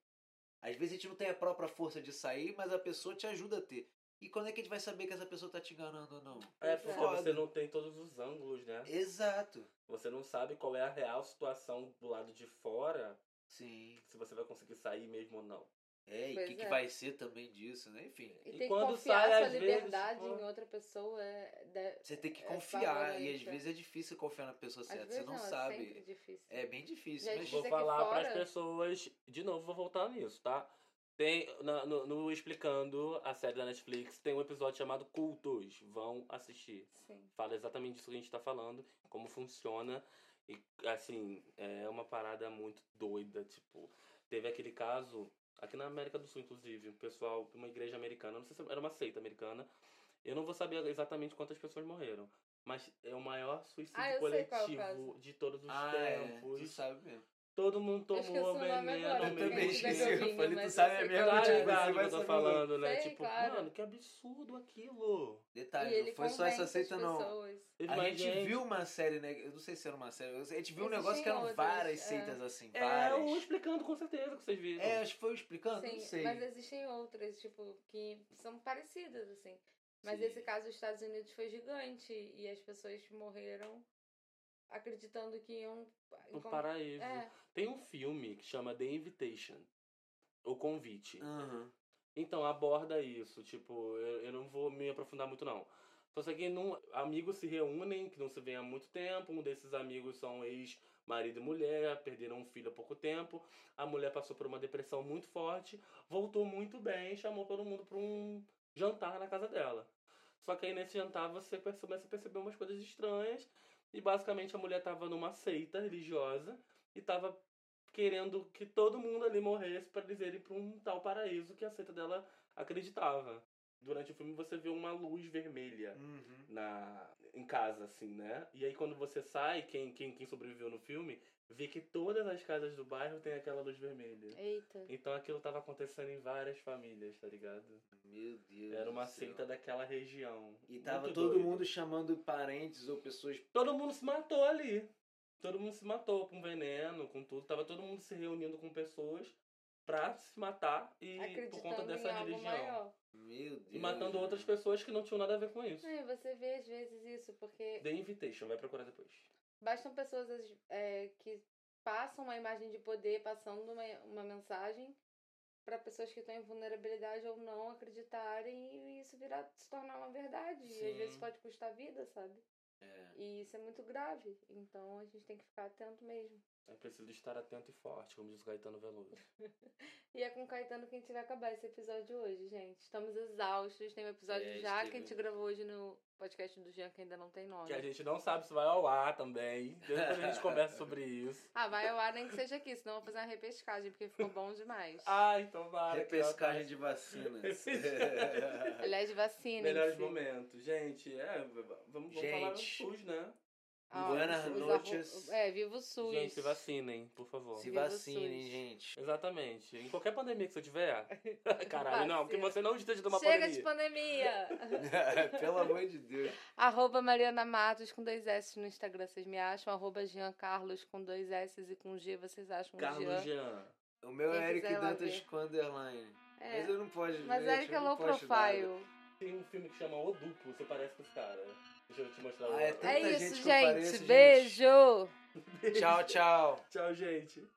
Às vezes a gente não tem a própria força de sair, mas a pessoa te ajuda a ter. E quando é que a gente vai saber que essa pessoa tá te enganando ou não?
É,
Pois
porque
é.
você não tem todos os ângulos, né?
Exato.
Você não sabe qual é a real situação do lado de fora,
Sim.
se você vai conseguir sair mesmo ou não.
É, e o
Pois
que, que
é.
vai ser também disso, né? Enfim.
E,
E
tem
quando
que confiar
sai,
sua
às vezes,
liberdade
pô.
em outra pessoa é. de-
Você tem que
é
confiar, e às
favorita.
vezes é difícil confiar na pessoa
Às
certa,
vezes
você não
é
sabe.
sempre difícil.
É bem difícil,
Já
mas
Vou
aqui
falar
fora-
pras pessoas, de novo, vou voltar nisso, tá? Tem, na- no, no Explicando, a série da Netflix, tem um episódio chamado Cultos. Vão assistir.
Sim.
fala exatamente isso que a gente tá falando, como funciona. E, assim, é uma parada muito doida, tipo... Teve aquele caso, aqui na América do Sul, inclusive, um pessoal, uma igreja americana, não sei se era uma seita americana, eu não vou saber exatamente quantas pessoas morreram, mas é o maior suicídio
Ah, eu sei qual é o
coletivo
caso.
de todos os
Ah, é,
tempos.
tu sabe mesmo.
Todo mundo
Eu
tomou
esqueci o nome
veneno,
agora,
Eu
Não,
mesmo.
também
mas
esqueci,
tiver
eu
novinho,
falei, tu
mas
sabe
eu
a
sei
mesma
qual é.
Tá
Tipo,
ligado o que eu tô
saber.
falando, né?
Sei,
tipo,
claro.
mano, que absurdo aquilo.
E
Detalhe,
ele
Tá, não foi só essa
convence as
seita, não.
pessoas.
Teve
A
mais
gente viu uma série, né? Eu não sei se era uma série. A gente viu um
Existem
negócio que eram
outras,
várias
é.
seitas assim,
É,
várias.
o explicando com certeza que vocês viram.
É, acho que foi eu explicando,
Sim,
não sei.
mas é existem outras, tipo, que são parecidas, assim. Mas
Sim.
esse caso dos Estados Unidos foi gigante e as pessoas morreram acreditando que iam.
No
encont-
paraíso.
É,
Tem um filme que chama The Invitation. O convite.
Ah.
Aham.
Então, aborda isso. Tipo, eu, eu não vou me aprofundar muito, não. Só sei que num- amigos se reúnem, que não se vêem há muito tempo. Um desses amigos são ex-marido e mulher, perderam um filho há pouco tempo. A mulher passou por uma depressão muito forte, voltou muito bem, chamou todo mundo pra um jantar na casa dela. Só que aí nesse jantar você perce- começa a perceber umas coisas estranhas. E basicamente a mulher tava numa seita religiosa e tava querendo que todo mundo ali morresse pra eles irem pra um tal paraíso que a seita dela acreditava. Durante o filme você vê uma luz vermelha
Uhum.
na em casa assim, né? E aí quando você sai, quem quem, quem sobreviveu no filme, vê que todas as casas do bairro tem aquela luz vermelha.
eita.
Então aquilo tava acontecendo em várias famías, tá ligado?
Meu Deus.
Era uma
do céu.
seita daquela região.
E tava
Muito
todo
doido.
mundo chamando parentes ou pessoas.
Todo mundo se matou ali. Todo mundo se matou com veneno, com tudo. Tava todo mundo se reunindo com pessoas pra se matar e por
Acreditando
conta
em
dessa
algo
religião.
maior.
Meu Deus.
E matando outras
mano.
pessoas que não tinham nada a ver com isso.
É, você vê às vezes isso, porque
The Invitation, vai procurar depois.
bastam pessoas às- é, que passam uma imagem de poder, passando uma, uma mensagem para pessoas que estão em vulnerabilidade ou não acreditarem e isso virar se tornar uma verdade. E às
Sim.
vezes pode custar vida, sabe?
É.
E isso é muito grave. Então a gente tem que ficar atento mesmo.
É preciso estar atento e forte, como diz o Gaetano Veloso.
E é com o Caetano que a gente vai acabar esse episódio hoje, gente. Estamos exaustos. Tem um episódio
É,
já
esteve-
que a gente gravou hoje no podcast do Jean, que ainda não tem nome.
Que a gente não sabe se vai ao ar também. Depois a gente conversa sobre isso.
Ah, vai ao ar nem que seja aqui, senão eu vou fazer uma repescagem, porque ficou bom demais.
Ai, tomara. que
Repescagem
ela
de vacinas.
Aliás,
tá-
é vacina.
Melhores momentos. Gente, é, v- v- vamos, vamos falar no
Gente.
SUS, né?
Buenas noches.
Ah, É, viva o SUS.
Gente, se vacinem, por favor.
Se
Viva o
vacinem,
SUS.
gente.
Exatamente. Em qualquer pandemia que você tiver. Caralho, não, porque
Vacina.
você não esteja numa
Chega de
pandemia.
pandemia!
Pelo amor de Deus.
arroba Mariana Matos com dois S no Instagram, vocês me acham. Arroba Jean Carlos com dois S e com G, vocês acham
Carlos
Jean.
Jean.
O meu
Quem
é Eric
quiser lá
Dantas
ver.
com underline.
É.
Mas eu não posso.
Mas
gente,
Eric
eu
é
não
low
posto nada.
profile.
Tem um filme que chama O Duplo, você parece com os caras. Deixa eu te mostrar
Ah,
o
é tanta
É
gente
isso,
que eu
gente.
pareço, gente.
Beijo!
Tchau, tchau.
Tchau, gente.